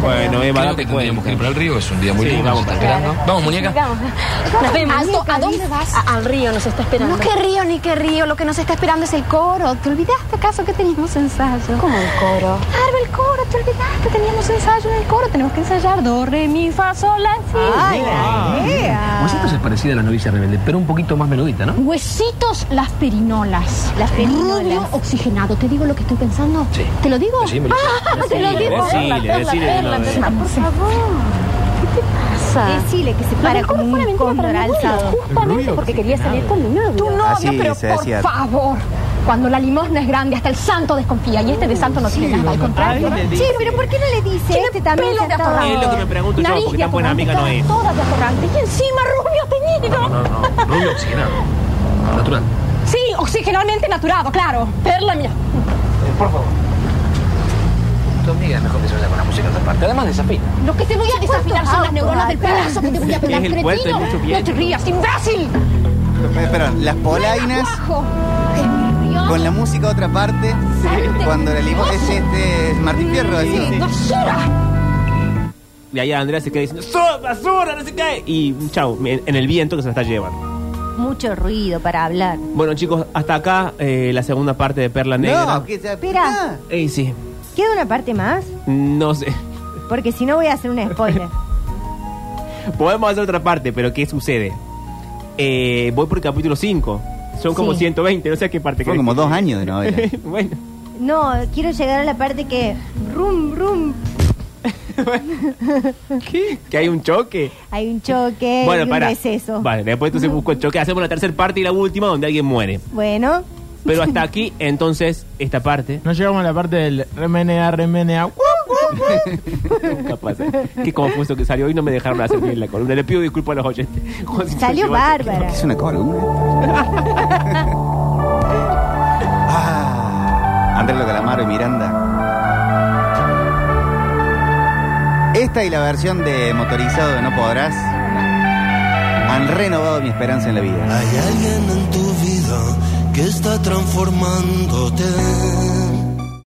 Speaker 4: Bueno, Eva,
Speaker 8: Creo que
Speaker 4: date
Speaker 8: tendríamos
Speaker 4: cuenta.
Speaker 8: que ir para el río, es un día muy
Speaker 4: Sí,
Speaker 8: lindo,
Speaker 4: vamos
Speaker 8: nos
Speaker 4: para
Speaker 8: está esperando. Vamos,
Speaker 9: Muñeca.
Speaker 8: muñeca.
Speaker 9: Nos vemos.
Speaker 11: Alto, ¿a dónde vas?
Speaker 9: A- al río nos está esperando.
Speaker 11: No qué río ni qué río, lo que nos está esperando es el coro. ¿Te olvidaste acaso que teníamos ensayo?
Speaker 9: ¿Cómo el coro?
Speaker 11: Claro, el coro, te olvidaste, teníamos ensayo en el coro, tenemos que ensayar do, re, mi, fa, sol, la, si.
Speaker 5: Ay, la
Speaker 8: Huesitos es parecida a la novicia rebelde, pero un poquito más menudita, ¿no?
Speaker 11: Huesitos, las perinolas.
Speaker 5: Las perinolas.
Speaker 11: Rubio oxigenado, ¿te digo lo que estoy pensando?
Speaker 8: Sí.
Speaker 11: ¿Te lo digo?
Speaker 8: Decímelo.
Speaker 11: Ah, te lo digo.
Speaker 4: Decile, decile de una vez.
Speaker 11: Por favor. ¿Qué te pasa?
Speaker 5: Decile que se
Speaker 11: Lo
Speaker 5: para
Speaker 11: mejor
Speaker 5: como
Speaker 11: fue la
Speaker 5: un
Speaker 11: mentira
Speaker 5: cóndor
Speaker 11: para mi novio,
Speaker 5: alzado.
Speaker 11: Justamente porque quería salir con mi novio. Tu
Speaker 4: Ah,
Speaker 11: novio,
Speaker 7: Así
Speaker 11: pero
Speaker 7: se
Speaker 11: por
Speaker 7: decía.
Speaker 11: favor. Cuando la limosna es grande, hasta el santo desconfía. Y este de santo no tiene nada, al contrario.
Speaker 4: Ay, le
Speaker 5: Sí, pero ¿por qué no le dice
Speaker 11: Tiene
Speaker 5: este también?
Speaker 11: pelo de
Speaker 5: está
Speaker 11: atorrante.
Speaker 4: Es lo que me pregunto yo,
Speaker 11: Nariz
Speaker 4: porque
Speaker 11: de
Speaker 4: tan buena
Speaker 11: atorrante,
Speaker 4: amiga no
Speaker 11: cara
Speaker 4: es.
Speaker 11: Toda de atorrante. Y encima rubio teñido.
Speaker 8: No, no, rubio oxigenado. Natural.
Speaker 11: Sí, oxigenalmente naturado, claro. Perla mía.
Speaker 8: Por favor. Tu amiga es mejor que se vaya con la música a otra parte. Además, desafina.
Speaker 11: Lo que te voy a desafinar son las neuronas del pedazo que te voy a pegar,
Speaker 4: Es el
Speaker 11: cretino.
Speaker 4: puerto, hay mucho viento.
Speaker 11: No te rías, imbécil.
Speaker 7: Eh, Perdón, las polainas
Speaker 11: Abajo.
Speaker 7: con la música a otra parte. Cuando la limón es este es Martín Fierro, así.
Speaker 11: ¡Basura!
Speaker 4: Y ahí Andrea se queda diciendo, "Sos basura, no sé qué. Y chau, en en el viento que se la está llevando.
Speaker 5: Mucho ruido para hablar.
Speaker 4: Bueno, chicos, hasta acá eh, la segunda parte de Perla Negra.
Speaker 7: No, que se
Speaker 5: Espera.
Speaker 4: Eh, sí,
Speaker 5: ¿Queda una parte más?
Speaker 4: no sé.
Speaker 5: porque si no voy a hacer un spoiler.
Speaker 4: Podemos hacer otra parte, pero ¿qué sucede? Eh, voy por el capítulo 5. Son como
Speaker 5: Sí.
Speaker 4: 120, no sé a qué parte.
Speaker 7: Fueron como dos años de novela.
Speaker 4: bueno,
Speaker 5: No, quiero llegar a la parte que rum rum
Speaker 4: que hay un choque.
Speaker 5: hay un choque y
Speaker 4: bueno,
Speaker 5: un
Speaker 4: para.
Speaker 5: deceso.
Speaker 4: Vale, después entonces busco el choque. Hacemos la tercera parte y la última donde alguien muere.
Speaker 5: Bueno,
Speaker 4: Pero hasta aquí, entonces, esta parte.
Speaker 6: No llegamos a la parte del remenea, remenea.
Speaker 4: Nunca pasa. eh. Qué confuso que salió. Hoy no me dejaron hacer bien la columna. Le pido disculpas a los oyentes. Juancito,
Speaker 5: salió
Speaker 4: llévate.
Speaker 5: bárbara.
Speaker 7: Es una columna. Ah, Andrés Lo Calamaro y Miranda. Esta y la versión de motorizado de No Podrás han renovado mi esperanza en la vida.
Speaker 12: Hay alguien en tu vida que está transformándote.